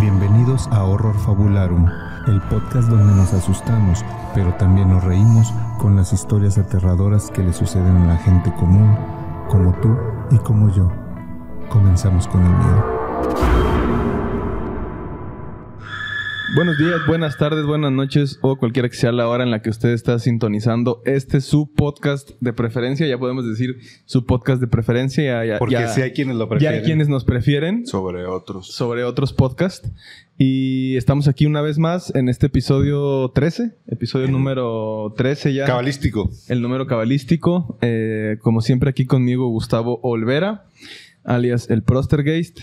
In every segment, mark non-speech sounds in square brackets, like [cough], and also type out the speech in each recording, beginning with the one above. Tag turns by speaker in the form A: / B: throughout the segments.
A: Bienvenidos a Horror Fabularum, el podcast donde nos asustamos, pero también nos reímos con las historias aterradoras que le suceden a la gente común, como tú y como yo. Comenzamos con el miedo.
B: Buenos días, buenas tardes, buenas noches o cualquiera que sea la hora en la que usted está sintonizando este es su podcast de preferencia, ya podemos decir su podcast de preferencia, ya, ya-
C: Porque
B: ya-
C: sí hay quienes lo
B: ya
C: prefieren.
B: hay quienes nos prefieren
C: Sobre otros.
B: sobre otros podcasts y estamos aquí una vez más en este episodio 13, episodio número 13 ya,
C: Cabalístico.
B: el número cabalístico, Eh, como siempre aquí conmigo Gustavo Olvera, alias el Prostergeist,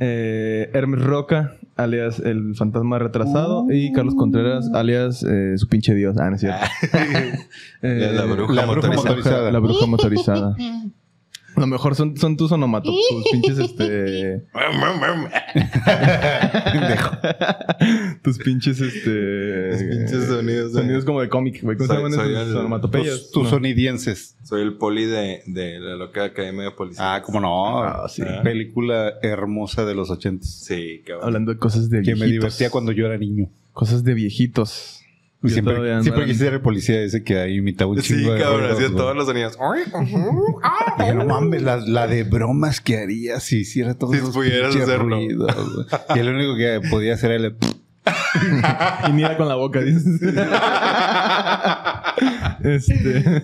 B: eh, Hermes Roca, alias el fantasma retrasado, y
C: Uh.
B: Carlos Contreras, alias eh, su pinche dios. Ah, no es cierto. Eh,
D: [laughs] La bruja
C: la bruja
D: motorizada.
C: motorizada.
B: La bruja
C: [laughs]
B: motorizada. A lo mejor son, son tus onomatos, tus pinches este. tus pinches este.
D: Tus pinches sonidos de-
B: Sonidos como de cómic, güey. ¿Cómo se
D: Soy-
B: llaman
D: soy
B: esos
D: el-
B: onomatopeyas?
C: Tus, tus
B: No.
C: sonidienses.
D: Soy el poli de, de la loca academia de policía.
C: Ah, cómo no.
B: Ah, sí.
C: Película hermosa de los ochentas.
D: Sí, cabrón.
B: Hablando de cosas de
C: Que
B: viejitos.
C: me divertía cuando yo era niño.
B: Cosas de viejitos.
C: Y
B: Yo
C: siempre
B: todavía no
C: siempre
B: era-
C: quise ser el policía ese que ahí imitaba un
D: Sí,
C: chingo de
D: cabrón,
C: ruidos,
D: hacía
C: güey.
D: todos
B: [laughs]
D: los sonidos.
C: Dije, no mames, la, la de bromas que haría si hiciera todos
D: Si
C: esos
D: pudieras
C: pinches
D: hacerlo.
C: ruidos, güey. Y el único que podía hacer era el...
B: Y mira con la boca, dices.
C: [laughs]
B: este.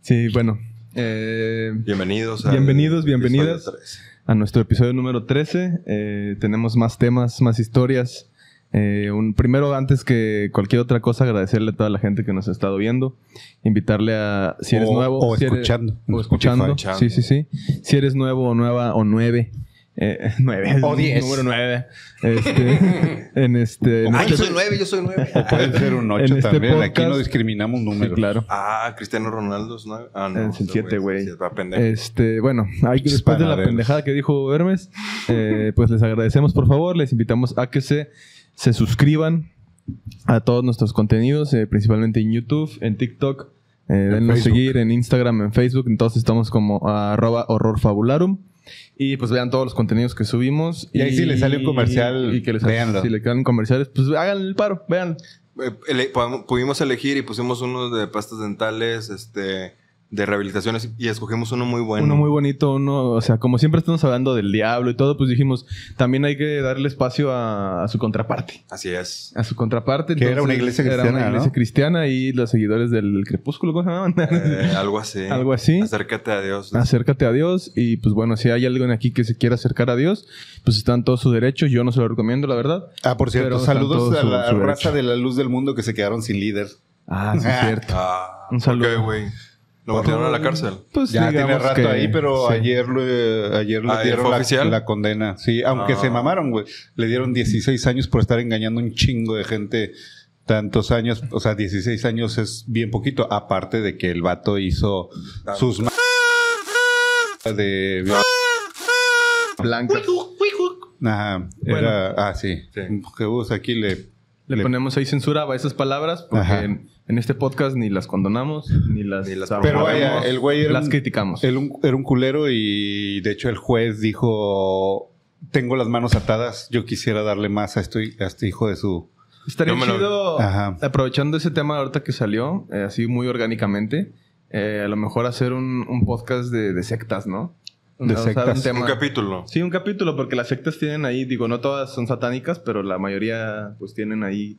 B: Sí, bueno. eh,
D: Bienvenidos. al
B: Bienvenidos, bienvenidas.
D: episodio tres.
B: a nuestro episodio número 13. eh, tenemos más temas, más historias. Eh, un, primero, antes que cualquier otra cosa, agradecerle a toda la gente que nos ha estado viendo. Invitarle a, [laughs] si eres
C: o-
B: nuevo,
C: O
B: si eres-
C: escuchando.
B: o escuchando.
D: Spotify.
B: Sí, sí, sí. Si eres nuevo o nueva o nueve. Eh, [laughs] nueve.
C: O
B: el
C: diez.
B: Número nueve. Este, [laughs] en este. en
D: Ah,
B: este-
D: yo soy nueve, yo soy nueve.
C: O puede ser un
B: [laughs]
C: 8
B: En este
C: también. Aquí
B: podcast-
C: no discriminamos
B: Sí,
C: números.
B: claro.
D: Ah, Cristiano Ronaldo es nueve. Ah, no.
B: Es el
D: ese
B: siete, güey.
D: sí, es para pendejo.
B: Este, bueno, hay,
C: Pinches
B: después de la
C: panaderos.
B: pendejada que dijo Hermes, eh, pues les agradecemos por favor, les invitamos a que se, se suscriban a todos nuestros contenidos, eh, principalmente en YouTube, en TikTok, eh, denos
C: Facebook.
B: seguir en Instagram, en Facebook, entonces estamos como arroba horrorfabularum. Y pues vean todos los contenidos que subimos.
C: Y ahí si les sale un comercial,
B: y que les
C: véanlo.
B: Si le salen comerciales, pues hagan el paro, vean.
D: Eh, ele- podemos- pudimos elegir y pusimos uno de pastas dentales, este, de rehabilitaciones y escogimos uno muy bueno.
B: Uno muy bonito, uno, o sea, como siempre estamos hablando del diablo y todo, pues dijimos, también hay que darle espacio a, a su contraparte. [laughs]
D: Así es.
B: A su contraparte.
C: Que era una iglesia
B: Era una
C: cristiana, ¿no?
B: iglesia cristiana y los seguidores del crepúsculo, ¿cómo se llamaban?
D: Eh, algo así.
B: Algo así.
D: Acércate a
B: [laughs]
D: Dios.
B: Acércate a Dios y pues bueno, si hay alguien aquí que se quiera acercar a Dios, pues está en todo su derecho. Yo no se lo recomiendo, la verdad.
C: Ah, por
B: Pero
C: cierto,
B: están todos
C: saludos a
B: su-
C: la
B: su
C: raza
B: derecho.
C: de la luz del mundo que se quedaron sin líder.
B: Ah, sí, es
C: [laughs]
B: cierto.
D: Ah,
B: Un saludo.
D: ¿por qué, güey? Lo metieron a la cárcel.
B: Pues
C: ya tiene
B: digamos
C: rato
B: que-
C: ahí, pero
B: sí.
C: ayer, le- ayer le
D: Ah, ¿eh,
C: dieron
D: fue
C: la,
D: oficial?
C: la condena. Sí, aunque
D: Ah.
C: se mamaron, güey. Le dieron 16 años por estar engañando un chingo de gente. Tantos años, o sea, 16 años es bien poquito. Aparte de que el vato hizo
D: Ah.
C: sus... ma- De...
B: Blanca.
C: Ajá,
B: Bueno.
C: era... Ah, sí.
D: Sí.
C: Que vos aquí le...
B: Le,
C: Le-
B: ponemos ahí censura a esas palabras porque
C: Ajá.
B: en, en este podcast ni las condonamos, ni las,
D: Ni las
C: Pero
B: aprobaremos,
C: vaya, el güey era
B: las
C: un-
B: criticamos.
C: Él un- era un culero y de hecho el juez dijo, tengo las manos atadas, yo quisiera darle más a, esto, a este hijo de su...
B: Estaría
D: Yo me lo-
B: chido,
C: Ajá.
B: aprovechando ese tema ahorita que salió, eh, así muy orgánicamente, eh, a lo mejor hacer un, un podcast de, de sectas, ¿no?
C: De sectas.
B: un tema-
D: Un capítulo.
B: Sí, un capítulo, porque las sectas tienen ahí, digo, no todas son satánicas, pero la mayoría pues tienen ahí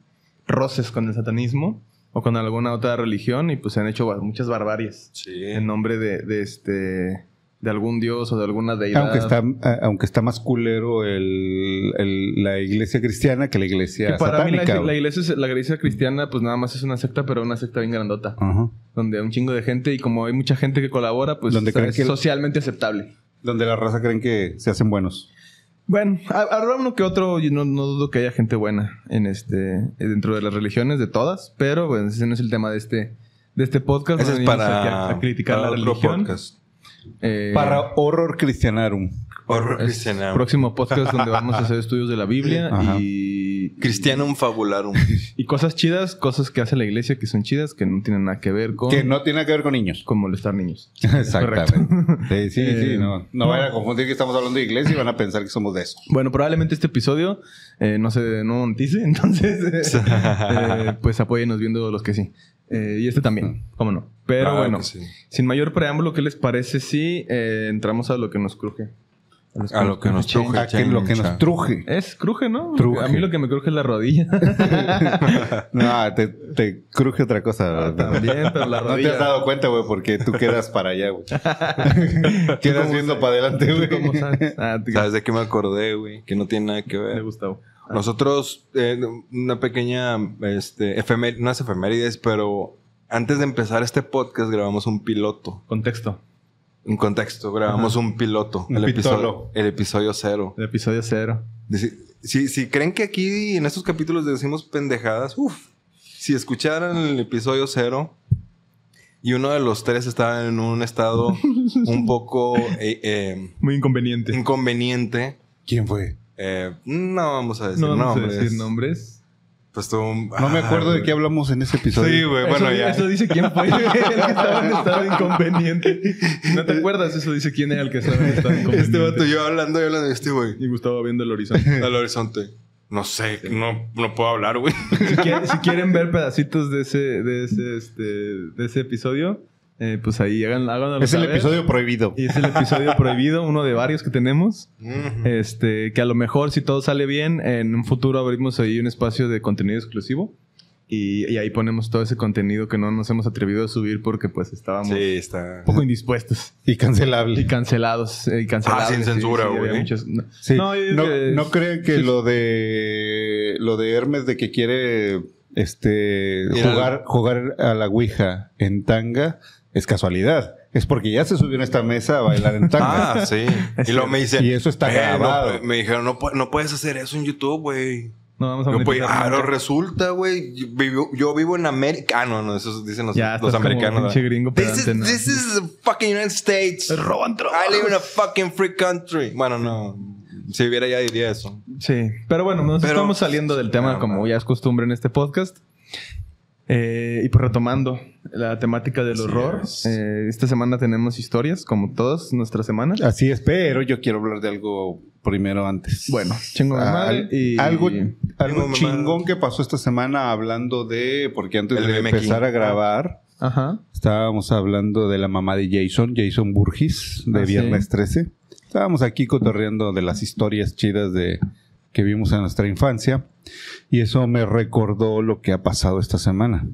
B: roces con el satanismo o con alguna otra religión y pues se han hecho ba- muchas barbaries
D: Sí.
B: en nombre de, de este de algún dios o de alguna deidad.
C: Aunque está, a- aunque está más culero el, el- la iglesia cristiana que la
B: Que
C: iglesia
B: para mí
C: satánica.
B: la, la
C: güey.
B: iglesia, es- la iglesia cristiana pues nada más es una secta, pero una secta bien grandota.
C: Ajá.
B: donde hay un chingo de gente y como hay mucha gente que colabora, pues
C: Donde
B: o sea,
C: creen
B: es
C: que el-
B: socialmente aceptable.
C: Donde la raza creen que se hacen buenos.
B: Bueno, ha- habrá uno que otro, yo no, no dudo que haya gente buena en este dentro de las religiones de todas, pero pues, ese no es el tema de este de este podcast.
D: Ese
B: no
D: es
B: venimos aquí a,
D: para,
B: a criticar
D: para
B: la
D: otro
B: religión.
D: podcast.
B: Eh,
C: Para horror cristianarum.
D: Horror
B: es
D: cristiano.
B: próximo podcast donde vamos a hacer estudios de la Biblia
C: [laughs] Ajá.
B: y y,
D: Cristianum fabularum.
B: y cosas chidas, cosas que hace la iglesia que son chidas, que no tienen nada que ver con,
C: Que no tiene nada que ver
B: [laughs]
C: con niños.
B: con molestar niños.
C: Exactamente. Sí, sí, sí,
B: Eh,
C: no. No vayan a confundir que estamos hablando de iglesia y van a pensar que somos de eso.
B: Bueno, probablemente este episodio eh, no se no monetice, [laughs] entonces eh, eh, pues apóyenos viendo los que sí. Eh, y este también, cómo no. [laughs] Pero
C: Ah,
D: Claro
B: bueno,
D: Ah, que sí.
B: sin mayor preámbulo, ¿qué les parece si eh, entramos a lo que nos cruje?
D: A lo que nos truje.
C: A que lo que nos truje.
B: Es cruje, ¿no?
C: Truje.
B: A mí lo que me cruje es la
C: [laughs]
B: rodilla.
C: No, te, te cruje otra cosa.
B: Ah,
C: ¿verdad?
B: [laughs] También, pero la
C: Ah, No te
B: rodilla.
C: has dado cuenta, güey, porque tú quedas para allá, güey. quedas
B: cómo
C: viendo
B: sabes?
C: para adelante,
B: ¿Tú cómo
C: güey.
B: sabes? Ah, tú-
D: ¿Sabes de qué me acordé, güey? Que no tiene nada que
B: de
D: ver.
B: Gustavo.
D: Nosotros, eh, una pequeña, este, efemé- no es efemérides, pero antes de empezar este podcast grabamos un piloto.
B: Contexto.
D: En contexto, grabamos un piloto.
C: Un
D: el,
C: pitolo.
D: episodio, el episodio cero.
B: El episodio cero.
D: Deci- Si, si creen que aquí en estos capítulos decimos pendejadas, uff. Si escucharan el episodio cero y uno de los tres estaba en un estado un poco eh, eh,
B: Muy inconveniente.
D: [laughs] inconveniente,
C: ¿Quién fue?
D: eh, no vamos a decir
B: no vamos
D: nombres.
B: a decir nombres.
D: Pues tú,
C: No me acuerdo de
D: qué
C: qué hablamos en ese episodio.
D: Sí, güey, bueno,
B: eso,
D: ya.
B: eso dice quién fue [laughs] el que estaba en estado inconveniente. ¿No te acuerdas? Eso dice quién era el que estaba en estado inconveniente.
D: Este vato, yo hablando, yo hablando, y este
B: [laughs]
D: güey,
B: Y Gustavo viendo el horizonte.
D: al horizonte. No sé, no, no puedo hablar, güey.
B: Si quieren, si quieren ver pedacitos de ese, de ese, este, de ese episodio, eh, pues ahí hagan, háganlo
C: [laughs] Es el
B: saber.
C: episodio prohibido.
B: Y es el episodio prohibido, uno de varios que tenemos. Este, que a lo mejor, si todo sale bien, en un futuro abrimos ahí un espacio de contenido exclusivo. Y, y ahí ponemos todo ese contenido que no nos hemos atrevido a subir porque pues estábamos
D: Sí, está.
B: un poco indispuestos.
C: Y cancelable.
B: Y cancelados. eh, Y cancelados.
D: Ah, sin censura, güey.
B: no,
C: Sí.
B: no,
C: No,
B: yo digo que-
C: no creen que
B: sí.
C: lo de lo de Hermes de que quiere este
D: Ir al-
C: jugar, jugar a la Ouija en tanga es casualidad. Es porque ya se subió en esta mesa a bailar en tanga.
D: Ah, sí.
C: [laughs]
D: Y luego me dicen.
C: Y eso está
D: "Eh,
C: grabado.
D: no, me dijeron, no, pu- no puedes hacer eso en YouTube, güey.
B: no vamos a
D: Yo, pues,
B: monetizar
D: claro,
B: nunca.
D: resulta, güey. Yo vivo, yo vivo en América. Ah, no, no, eso dicen los,
B: Ya,
D: los
B: estás como
D: americanos.
B: pinche
D: ¿verdad?
B: gringo
D: This is,
B: pedante, ¿no?
D: this is the fucking United States.
B: Roban
D: I live in a fucking free country. Bueno, no. Si viviera ya diría eso.
B: Sí, pero bueno, nos
D: Pero-
B: estamos saliendo del tema
D: Ah,
B: como
D: man.
B: ya es costumbre en este podcast. Eh, y pues retomando la temática del
D: Así
B: horror,
D: es.
B: eh, esta semana tenemos historias, como todas nuestras semanas.
C: Así es, pero yo quiero hablar de algo primero antes.
B: Bueno, chingo de
C: Al-
B: madre y-
C: algo,
D: Chingo de
C: algo
D: madre.
C: chingón que pasó esta semana hablando de porque antes
D: El
C: de
D: meme
C: empezar
D: king.
C: a grabar
B: Ajá.
C: Estábamos hablando de la mamá de Jason, Jason Burgis, de
B: Ah, sí.
C: Viernes 13. Estábamos aquí cotorreando de las historias chidas de que vimos en nuestra infancia. Y eso me recordó lo que ha pasado esta semana.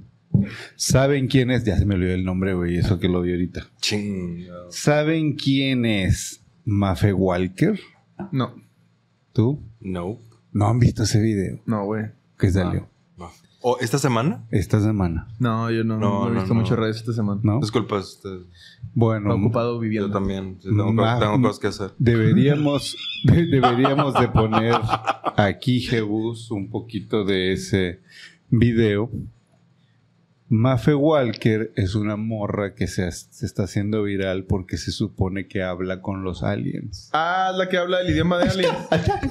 C: ¿Saben quién es? Ya se me olvidó el nombre, güey, eso que lo vi ahorita.
D: Ching.
C: ¿Saben quién es Mafe Walker?
B: No,
C: ¿Tú?
D: No.
C: No han visto ese video
B: no, güey.
C: que salió
B: Ah.
D: ¿O esta semana?
C: esta semana,
B: No, yo no,
D: No,
B: no he
D: no,
B: visto
D: no.
B: mucho redes esta semana.
C: ¿no?
D: Disculpa, este,
C: Bueno,
B: Está ocupado
D: yo
B: viviendo.
D: también. sí, Tengo,
C: Ma-
D: co- tengo cosas que hacer.
C: Deberíamos, [laughs] de- deberíamos de poner aquí, Jebus, un poquito de ese video. Mafe Walker es una morra que se, as- se está haciendo viral porque se supone que habla con los aliens.
B: Ah, es la que habla el idioma de alguien.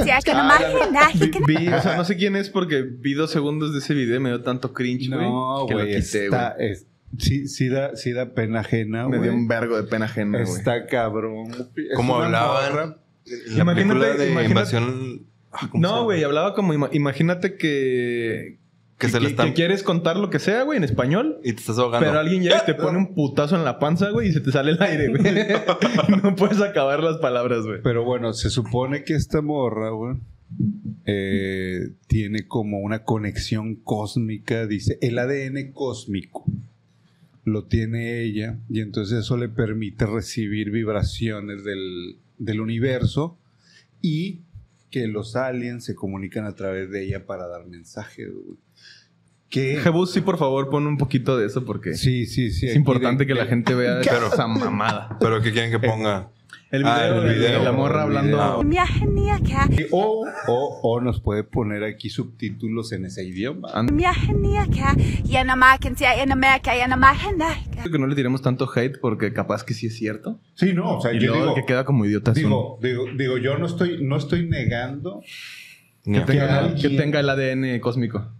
E: See, I can
B: Ah,
E: imagine that. He can
B: Vi, o sea, no sé quién es porque vi dos segundos de ese video y me dio tanto cringe, güey.
C: No,
B: que lo
C: güey,
B: quité,
C: está- es- sí, sí da, sí da pena ajena,
B: güey. Me dio
C: güey.
B: un vergo de pena ajena, güey.
C: Está cabrón. Es
D: Como
C: una
D: hablaban.
C: morra-
D: La
B: Imagínate-
D: película de
B: imagínate-
D: invasión. ah, ¿cómo se
B: No,
D: llama?
B: güey, hablaba como, ima- imagínate que,
D: Que se le están.
B: que quieres contar lo que sea, güey, en español.
D: Y te estás ahogando.
B: Pero alguien llega y te pone un putazo en la panza, güey, y se te sale el aire, güey. [laughs] no puedes acabar las palabras, güey.
C: Pero bueno, se supone que esta morra, güey, eh, tiene como una conexión cósmica, dice, el ADN cósmico lo tiene ella y entonces eso le permite recibir vibraciones del, del universo y que los aliens se comunican a través de ella para dar mensajes, güey.
B: [laughs]
C: Que...
B: Jebus, sí, por favor, pon un poquito de eso porque
C: Sí, sí, sí.
B: es
C: aquí
B: importante
C: de-
B: que la
C: de-
B: gente vea
D: Pero-
B: esa mamada.
D: Pero ¿qué quieren que ponga?
B: El video,
D: Ah, el
B: de- de
D: video,
B: la morra
C: el
B: hablando.
E: Ah,
D: video.
E: imagine a cat.
C: O, o, o nos puede poner aquí subtítulos en ese idioma.
B: Ando-
E: Imagine a cat. Yeah, no, I can see. I can imagine. I can imagine that.
B: Que no le tiremos tanto hate porque capaz que sí es cierto.
C: Sí, no, o sea,
B: y
C: yo
B: luego el
C: digo,
B: que queda como idiota es
C: digo, digo, digo, yo no estoy, no estoy negando
D: Ni a
B: Que tenga,
D: pedo.
B: que tenga el ADN cósmico.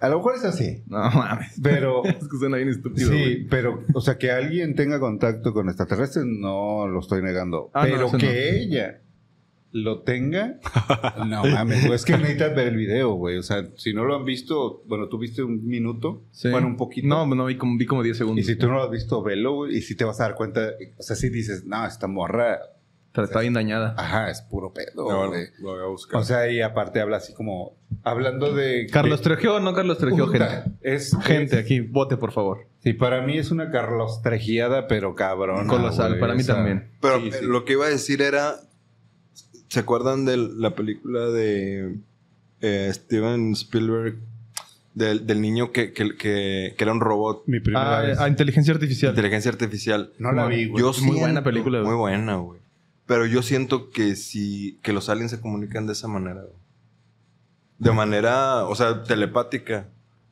C: A lo mejor es así,
B: No mames. [laughs]
C: pero [laughs]
B: Es que suena bien estúpido. güey.
C: sí, pero, o sea, que alguien tenga contacto con extraterrestres, no lo estoy negando.
B: Ah, no,
C: pero
B: eso
C: que
B: no.
C: ella lo
B: [laughs]
C: tenga, no mames, güey, es que necesitas ver el video, güey. O sea, si no lo han visto, bueno, tú viste un minuto,
B: Sí.
C: bueno, un poquito.
B: No, no, vi como, vi como 10
C: Y
B: segundos.
C: si tú no lo has visto, velo, güey, y si te vas a dar cuenta, o sea, si dices, no, esta morra,
B: Está está bien dañada.
D: Ah,
C: ajá, es puro pedo,
D: No,
C: güey.
D: lo voy a buscar.
C: O sea, y aparte habla así como, hablando de...
B: Carlos
C: de-
B: Trejeó, no Carlos Trejeó,
C: Puta,
B: gente.
C: Es
B: Gente, aquí, vote, por favor.
C: Sí, para mí es una Carlos Trejiada, pero cabrón.
B: Colosal, para mí también.
D: Pero
C: Sí, sí.
D: lo que iba a decir era. ¿Se acuerdan de la película de eh, Steven Spielberg? Del, del niño que, que- que- que era un robot.
C: Mi primera
B: Ah,
C: vez.
B: a inteligencia artificial.
D: Inteligencia artificial.
C: no la vi, güey.
D: Yo
B: Es muy
D: siento-
B: buena película, güey.
D: Muy buena, güey. Pero yo siento que si que los aliens se comunican de esa manera, güey. De manera, o sea, telepática.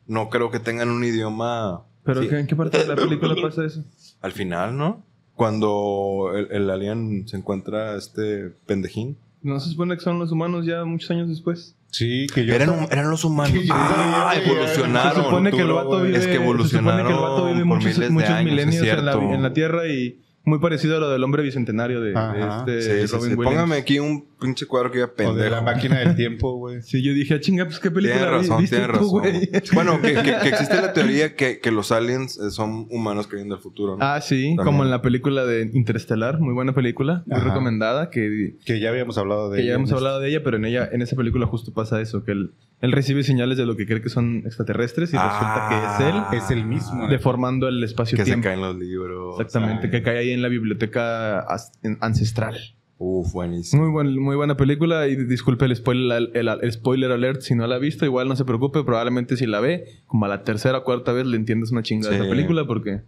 D: No creo que tengan un idioma
B: ¿Pero
D: Sí.
B: ¿qué- en qué parte de la
D: [laughs]
B: película pasa eso?
D: al final, ¿no? Cuando el, el alien se encuentra a este pendejín.
B: ¿No se supone que son los humanos ya muchos años después?
C: Sí, que yo...
D: Eran, hum- eran los humanos.
C: Sí, yo
D: Ah,
C: sabía, güey.
D: evolucionaron.
B: se supone que el vato
C: güey.
B: vive,
D: Es que
B: se supone que el vato vive
D: evolucionaron por
B: muchos,
D: miles de
B: muchos
D: años, es
B: milenios en la,
D: cierto.
B: en la Tierra y muy parecido a lo del hombre bicentenario de, de
C: Ajá.
D: Sí,
B: este
D: sí, sí.
B: Robin Williams.
D: Póngame aquí un pinche cuadro que iba
C: O
D: pendejo.
C: de la
B: [laughs]
C: máquina del tiempo, güey.
B: Sí, yo dije, ah, chinga, pues qué película
D: Tienes
B: vi-
D: razón,
B: viste
D: tienes
B: tú,
D: razón.
B: güey?"
D: Bueno, que, que-
B: [laughs]
D: que existe la teoría que, que los aliens eh, son humanos que vienen del futuro, ¿no?
B: Ah, sí,
D: También.
B: como en la película de Interestelar, muy buena película, muy
C: Ajá.
B: recomendada, que,
C: Que ya habíamos hablado de...
D: Pues,
B: que ya
C: ella.
B: hemos hablado de ella, pero en ella, en esa película justo pasa eso, que él, él recibe señales de lo que cree que son extraterrestres y
D: Ah.
B: resulta que es
C: Es el mismo.
B: él deformando el
D: que se
B: espacio-tiempo.
D: caen los libros.
B: Exactamente, que cae ahí en la biblioteca as- en- ancestral.
D: Uf, buenísimo.
B: Muy, buen- muy buena película y disculpe el spoiler, el, el spoiler alert si no la ha visto, igual no se preocupe, probablemente si la ve, como a la tercera o cuarta vez le entiendes una chingada de
D: Sí.
B: esa película porque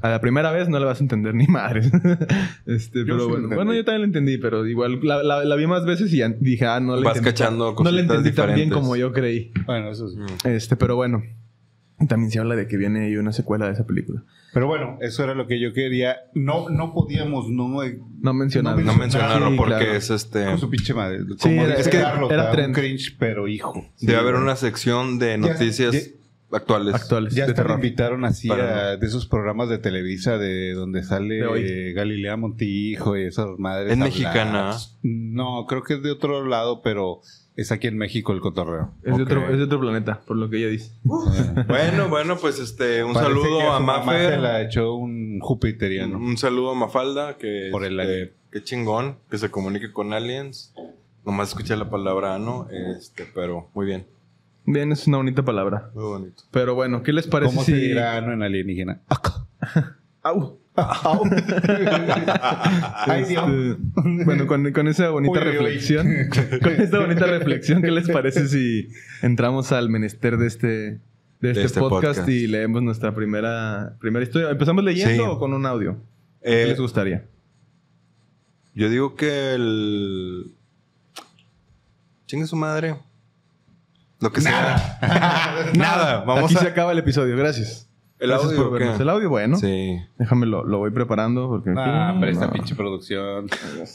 B: a la primera vez no la vas a entender ni madres. [laughs] este,
C: Yo
B: pero
C: sí lo
B: bueno,
C: entendí.
B: bueno, yo también la entendí, pero igual la, la- la vi más veces y ya dije, ah, no la
D: Vas
B: entendí.
D: cachando
B: no la
D: cositas
B: entendí tan bien
D: diferentes.
B: como yo creí.
C: Bueno, eso sí.
D: Mm.
B: Este, pero bueno, también se habla de que viene ahí una secuela de esa película.
C: Pero bueno, eso era lo que yo quería. No, no podíamos, no... eh,
B: No mencionaba.
D: No mencionarlo
B: Sí,
D: porque
B: claro.
D: es este.
C: Con su pinche madre. Como
B: Sí, era-
C: dice
B: es que
C: Carlos,
B: era
C: da un
B: trend.
C: cringe, pero hijo.
D: Debe haber
C: una
D: una sección de
C: Ya-
D: noticias actuales.
B: actuales
C: Ya
B: de
C: hasta me
B: terror.
C: invitaron así
D: Para-
C: a, de esos programas de Televisa de donde sale
B: De hoy.
C: eh, Galilea Montijo y esas madres.
D: ¿Es
C: hablar.
D: mexicana?
C: No, creo que es de otro lado, pero es aquí en México el cotorreo.
B: Es, de otro,
D: Ok.
B: es de otro planeta, por lo que ella dice.
D: Bueno, bueno, pues este, un
C: Parece que
D: saludo a
C: su mamá se
D: Mafer. Mm,
C: la echó un jupiteriano.
D: Un saludo a Mafalda, que
C: Por el
D: este,
C: alien.
D: qué chingón, que se comunique con aliens. Nomás escuché la palabra ano, este, pero muy bien,
B: Bien, es una bonita palabra.
D: muy bonito.
B: Pero bueno, ¿qué les parece
C: ¿Cómo
B: si...
C: se dirá ano en alienígena?
B: [laughs] Au. [laughs]
C: Ay, Dios.
B: Este, bueno, con, con esa bonita
C: Uy, uy, uy.
B: reflexión,
C: [laughs]
B: con esta bonita reflexión, ¿qué les parece si entramos al menester de este, de este,
D: este
B: podcast,
D: podcast.
B: y leemos nuestra primera, primera historia? ¿Empezamos leyendo
D: Sí.
B: o con un audio? ¿Qué
D: Eh,
B: les gustaría?
D: yo digo que el. Chingue su madre. Lo que sea. Nada, vamos
B: Aquí
D: a-
B: se acaba el episodio, gracias.
D: El
B: Gracias
D: audio,
B: por
D: ¿o qué?
B: vernos. El audio, bueno.
D: Sí.
B: Déjame lo, lo voy preparando porque...
C: Ah, hombre, esta
B: No.
C: pinche producción.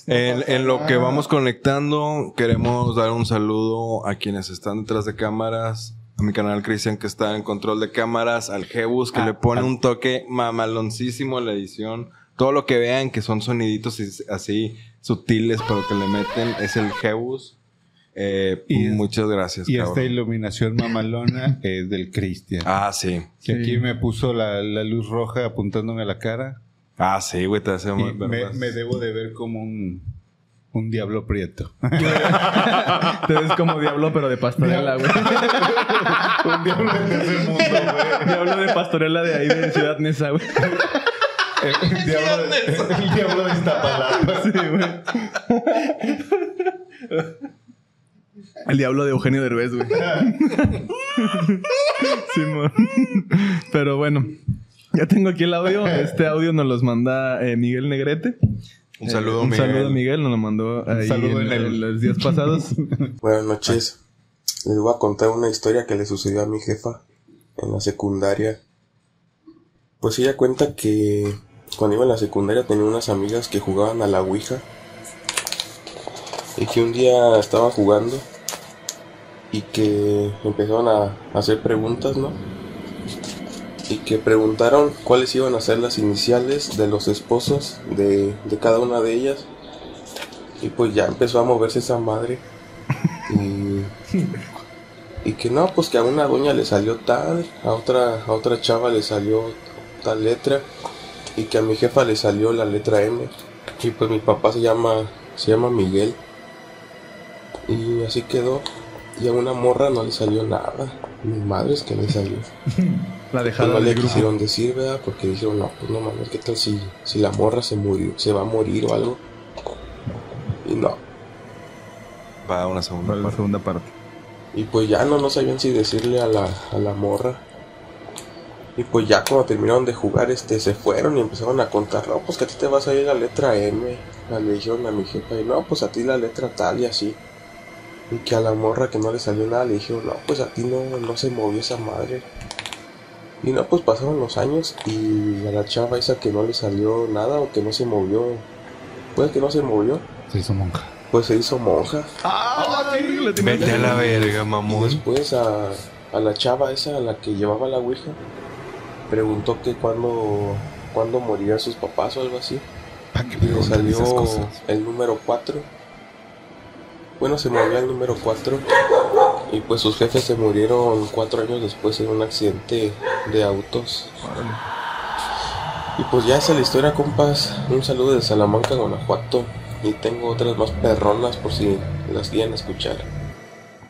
D: En, en lo que vamos conectando, queremos dar un saludo a quienes están detrás de cámaras, a mi canal Cristian que está en control de cámaras, al Jebus
C: Ah,
D: que le pone un toque mamaloncísimo a la edición. Todo lo que vean que son soniditos y- así sutiles, pero que le meten, es el Jebus. Eh,
C: Y-
D: muchas gracias.
C: Y
D: cabrón.
C: esta iluminación mamalona es del Cristian.
D: Ah, sí.
B: sí.
C: que aquí me puso la, la luz roja apuntándome a la cara.
D: Ah, sí, güey, te hace
C: Y
D: ver
C: me,
D: más.
C: me debo de ver como un, un diablo [laughs] prieto.
B: [laughs] Te ves como diablo, pero de pastorela, güey.
C: un diablo del tercer mundo, güey.
B: diablo de pastorela de ahí, de Ciudad Nesa, güey.
C: [laughs] El, el diablo, de- el diablo
B: [laughs]
C: de Iztapalapa.
B: Sí, güey. El diablo de Eugenio Derbez, güey. Simón. Pero bueno, ya tengo aquí el audio. Este audio nos los manda eh, Miguel Negrete.
D: Un saludo,
B: Eh, un
D: Miguel.
B: saludo, Miguel. Nos lo mandó ahí
C: saludo
B: en-
C: en el-
B: en los días pasados.
F: Buenas noches. Les voy a contar una historia que le sucedió a mi jefa en la secundaria. Pues ella cuenta que cuando iba en la secundaria tenía unas amigas que jugaban a la Ouija. Y que un día estaban jugando y que empezaron a hacer preguntas, ¿no? Y que preguntaron cuáles iban a ser las iniciales de los esposos de, de cada una de ellas. Y pues ya empezó a moverse esa madre. Y, y que no, pues que a una doña le salió tal, a otra, a otra chava le salió tal letra, y que a mi jefa le salió la letra M. Y pues mi papá se llama, se llama Miguel. Y así quedó. Y a una morra no le salió nada. Mi madre es que le salió.
B: La
F: Pues
B: dejada
F: no le
B: del grupo.
F: quisieron decir, ¿verdad? Porque dijeron, no, pues no mames, ¿qué tal si, si la morra se murió, se va a morir o algo? Y no.
D: Va a una segunda
B: Para la
D: parte.
B: segunda parte.
F: Y pues ya no, no sabían si decirle a la, a la morra. Y pues ya cuando terminaron de jugar, este, se fueron y empezaron a contar, no, pues que a ti te vas a ir la letra M. La le dijeron a mi jefa, y no, pues a ti la letra tal y así. Y que a la morra que no le salió nada le dijeron, no, pues a ti no, no se movió esa madre. Y no, pues pasaron los años y a la chava esa que no le salió nada o que no se movió, pues que no se movió,
C: Se hizo monja.
F: pues se hizo monja.
B: ¡Ah! la tenía-
D: Vete a la verga,
F: Y
D: mamón.
F: después pues, a, a la chava esa, a la que llevaba la Ouija, preguntó que cuándo, cuándo morían sus papás o algo así.
C: ¿Para qué
F: Y le
C: preguntan
F: salió
C: esas cosas?
F: el número 4. Bueno, se movió el número 4. Y pues sus jefes se murieron cuatro años después en un accidente de autos. Y pues ya esa es la historia, compas. Un saludo de Salamanca, Guanajuato. Y tengo otras más perronas por si las quieren escuchar.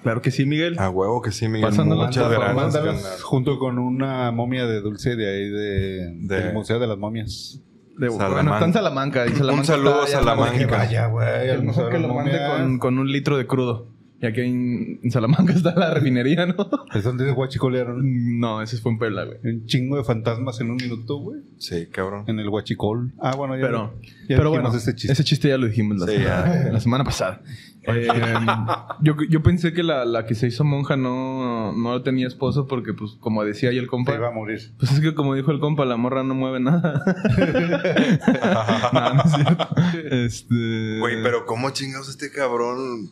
B: Claro que sí, Miguel.
D: A huevo que sí, Miguel.
B: Pasando la
D: Muchas
B: manda-
D: gracias.
B: mándalas.
D: carnal.
C: Junto con una momia de dulce de ahí de-
D: De-
C: del Museo de las Momias.
B: De- bueno,
D: Salamanca.
B: está en Salamanca. y Salamanca
D: Un saludo
B: está
D: a
B: allá,
D: Salamanca.
B: madre,
D: Vaya,
C: güey.
B: que- Es mejor que lo mande con, con un litro de crudo. Ya que en, en Salamanca [laughs] está la refinería, ¿no?
C: Es donde se huachicolearon
B: No, ese fue en Puebla, güey.
C: un chingo de fantasmas en un minuto, güey.
D: Sí, cabrón.
C: En el huachicol. Ah, bueno, ya.
B: Pero,
C: ya
B: pero
C: dijimos
B: bueno,
C: ese chiste.
B: ya lo dijimos la,
D: Sí,
B: semana,
D: ya.
B: la semana
D: [laughs]
B: pasada. Eh, yo, yo pensé que la, la que se hizo monja no, no tenía esposo porque, pues, como decía ahí el
C: Se iba
B: compa,
C: a morir.
B: pues es que como dijo el compa, la morra no mueve
D: [laughs]
B: nada. [laughs] No, no es cierto. Este,
D: Güey, pero ¿cómo chingados este cabrón?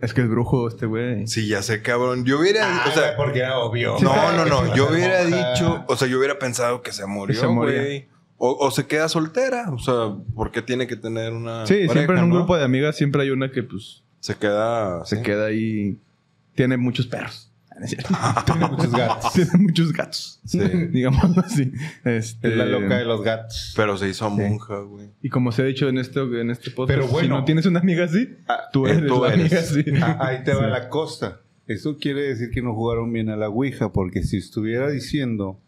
B: Es que es brujo este güey.
D: Sí, ya sé, cabrón. Yo hubiera.
B: Ah,
D: o sea,
C: porque era obvio.
D: no, no, no. Yo hubiera dicho. O sea, yo hubiera pensado que se
B: Que se
D: murió,
B: moría.
D: güey. O, o se queda soltera. O sea, porque tiene que tener una.
B: Sí, siempre en un grupo
D: de.
B: de amigas siempre hay una que pues
D: Se queda.
B: se
D: sí.
B: queda ahí. Tiene muchos perros. No es cierto.
C: Tiene muchos gatos.
B: [laughs] Tiene muchos gatos.
D: Sí.
B: [laughs] Digámoslo así. Este,
C: Es la loca de los gatos.
D: Pero se hizo monja, güey.
B: Y como se ha dicho en este, en este podcast,
C: Pero
B: si
C: bueno.
B: no tienes una amiga así, tú
D: eh,
B: eres
D: tú
B: la
D: eres.
B: amiga así.
D: [laughs]
C: Ah, ahí te va la costa. Eso quiere decir que no jugaron bien a la Ouija, porque si estuviera diciendo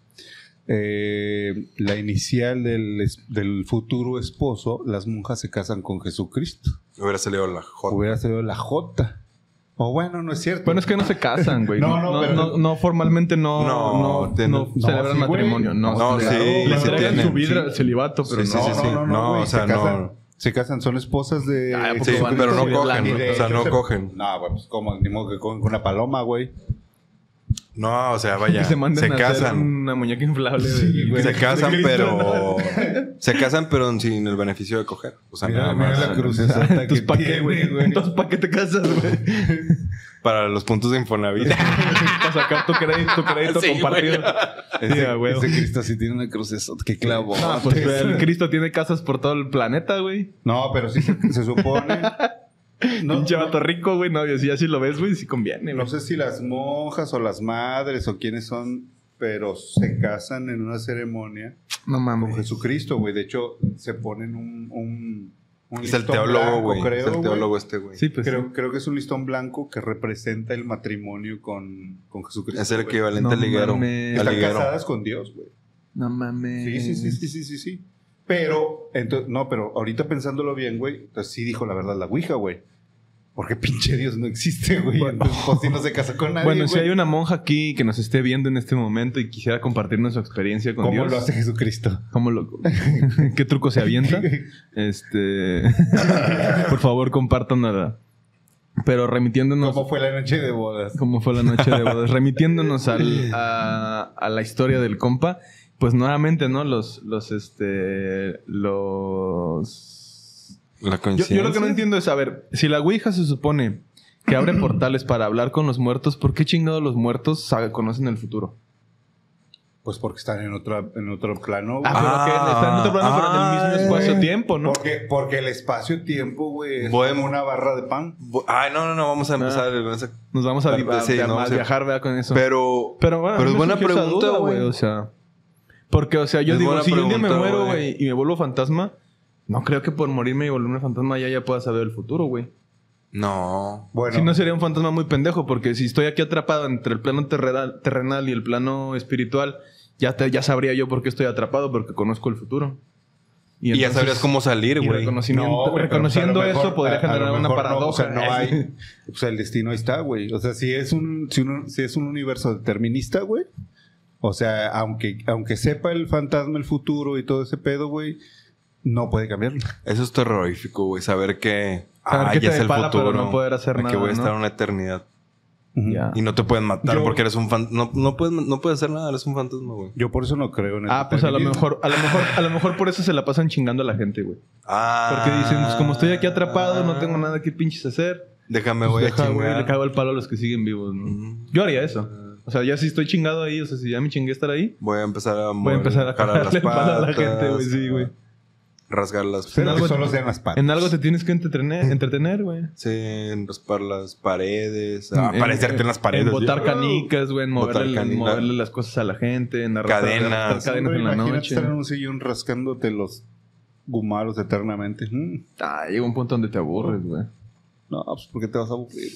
C: eh, la inicial del, es- del futuro esposo, las monjas se casan con Jesucristo.
D: Hubiera salido la J.
C: Hubiera sido la J. O bueno, no es cierto.
B: Bueno, es que no se casan, güey.
C: No,
B: No,
C: no,
B: no,
C: pero-
B: no, no, formalmente no,
D: No,
B: no,
D: ten-
B: no
C: no,
B: celebran
C: sí, güey.
B: matrimonio. No,
D: No,
B: claro.
D: sí,
B: Le
D: sí
B: entregan
D: tienen,
B: su vida
C: sí.
B: al celibato, pero
D: Sí,
B: no.
D: sí, sí. No,
C: güey,
D: o sea,
C: se casan,
D: no.
C: Se casan, son esposas de.
B: Ah, ¿a poco
D: Sí,
B: van a
D: pero no
B: subir la
D: cogen.
B: idea?
D: O sea, no cogen.
C: No, güey, pues como, ni modo que cogen con una paloma, güey.
D: No, o sea, vaya.
B: Y [laughs] se mandan
D: Se
B: a hacer
D: casan.
B: una muñeca inflable. de-
C: güey.
D: Se casan,
C: Cristo,
D: pero. Se casan, pero sin el beneficio de coger. O sea,
C: Mira,
D: nada
C: mira
D: más.
C: la crucesota que
B: [laughs] Entonces, ¿para qué,
C: tiene,
B: güey? Entonces, ¿para qué te casas, güey?
D: Para los puntos
B: [laughs]
D: de Infonavit.
B: Para sacar tu crédito, tu crédito compartido. Sí, a huevo.
C: Ese Cristo sí tiene una crucesota que clavo.
B: No, pues, güey, el Cristo tiene casas por todo el planeta, güey.
C: No, pero sí se, se
D: [laughs]
C: supone. No,
B: Pinche vato rico, güey. No, y así, así lo ves, güey, si conviene.
C: no
B: güey.
C: sé si las monjas o las madres o quiénes son, pero se casan en una ceremonia
B: No
C: con
B: mames.
C: Jesucristo, güey. De hecho, se ponen un. un, un
D: Es el
C: listón
D: teólogo,
C: blanco,
D: güey. Es
C: creo,
D: el
C: güey.
D: teólogo este, güey.
B: Sí, pues.
C: Creo, creo que es un listón blanco que representa el matrimonio con, con Jesucristo.
D: Es el
C: güey.
D: equivalente
B: No
D: al liguero.
B: mames.
D: Al
C: Están
D: liguero.
C: casadas con Dios, güey.
B: No mames.
C: Sí, sí, sí, sí, sí, sí, sí. Pero, entonces, no, pero ahorita pensándolo bien, güey, entonces sí dijo la verdad la Ouija, güey. Porque pinche Dios no existe, güey.
B: Bueno.
C: Entonces, pues, sí no se casó
D: [laughs]
C: con nadie,
B: Bueno, si
C: güey.
B: hay una monja aquí que nos esté viendo en este momento y quisiera compartirnos su experiencia con
C: ¿Cómo
B: Dios.
C: lo hace Jesucristo?
B: ¿Cómo lo- [laughs] ¿Qué truco se
C: [laughs]
B: avienta? Este. [laughs] por favor, compártanla. Pero remitiéndonos.
C: ¿Cómo fue la noche de bodas?
B: ¿Cómo fue la noche de
D: [laughs]
B: bodas? Remitiéndonos al- a, a la historia del compa, pues nuevamente, ¿no? Los, los, este, los...
D: La
B: Yo,
D: coincidencia.
B: yo lo que no entiendo es, a ver, si la Ouija se supone que
D: [clears throat]
B: abre portales para hablar con los muertos, ¿por qué chingados los muertos sabe- conocen el futuro?
C: Pues porque están en otro, en otro plano. güey.
B: Ah, pero que están en otro plano, pero en el
D: ah,
B: mismo
D: eh.
B: espacio-tiempo, ¿no?
C: Porque, porque el espacio-tiempo, güey, es
D: Bueno.
C: como una barra de pan.
D: Bu- Ay, no, no, no,
B: Ah.
D: vamos a empezar. con esa-
B: Nos vamos a,
D: Sí,
B: a-
D: Ah, sí,
B: a-
D: no,
B: a
D: sí.
B: viajar, ¿verdad? Con eso.
D: Pero,
B: Pero bueno, a
D: pero
B: mí
D: es
B: me
D: buena
B: surgió esa
D: pregunta,
B: duda,
D: güey.
B: O sea, porque, o sea, yo
D: Es
B: digo,
D: buena
B: si yo un día me
D: pregunta,
B: muero,
D: güey.
B: güey, y me vuelvo fantasma, no creo que por morirme y volverme fantasma ya, ya pueda saber el futuro, güey.
D: No.
C: Bueno,
B: Si no sería un fantasma muy pendejo, porque si estoy aquí atrapado entre el plano terrenal, terrenal y el plano espiritual, ya, te- ya sabría yo por qué estoy atrapado, porque conozco el futuro.
D: Y, ya
B: entonces-
D: sabrías cómo salir,
B: y
D: güey.
B: reconocimiento-
C: No, güey,
B: reconociendo
C: pero, pues, a lo
B: eso
C: mejor- a-
B: podría
C: a lo
B: generar una
C: mejor no,
B: paradoja.
C: o sea, no [laughs] hay. O sea, el destino ahí está, güey. O sea, si es un, si un- si es un universo determinista, güey. O sea, aunque, aunque sepa el fantasma el futuro y todo ese pedo, güey, no puede cambiarlo.
D: Eso es terrorífico, güey. Saber que.
B: Saber
D: ah,
B: que
D: ya
B: te
D: es el
B: depara, pero
D: futuro.
B: no poder hacer
D: de Que
B: nada,
D: voy a
B: ¿no? Ah.
D: estar una eternidad.
C: Ujú.
B: Ya.
D: Y no te pueden matar
C: Yo-
D: porque eres un fantasma. No, no, puedes, no puedes hacer nada, eres un fantasma, güey.
C: Yo por eso no creo en el
B: Ah, pues a lo
C: determinismo.
B: mejor, a lo mejor, a lo mejor por eso se la pasan chingando a la gente, güey.
D: Ah.
B: Porque dicen, pues como estoy aquí atrapado, no tengo nada que pinches hacer.
D: Déjame,
B: pues
D: voy a
B: deja, güey,
D: chingar.
B: le cago el palo a los que siguen vivos, ¿no?
D: Mm.
B: Yo haría eso. O sea, ya si estoy chingado ahí, o sea, si ya me chingué estar ahí,
D: Voy a empezar a
B: voy a empezar a
D: jalar
B: cagarle el palo a la gente, güey.
D: patas,
B: Sí, güey.
D: Rasgar las
B: en
C: Pero
B: algo-
C: que solo sean las patas.
B: En algo te tienes que entretener, entretener, güey.
D: Sí, en raspar las paredes, ah,
B: En-
D: aparecerte en las paredes.
B: En botar canicas, güey, en
D: Botar
B: moverle,
D: canica.
B: moverle las cosas a la gente, en arrastrar
D: Cadenas.
B: arrastrar cadenas
C: Hombre,
B: en la
C: imagínate
B: noche.
C: estar en un sillón rascándote los gumaros eternamente. Mm.
B: Ah, llega un punto donde te aburres, güey.
C: No, pues porque te vas a aburrir.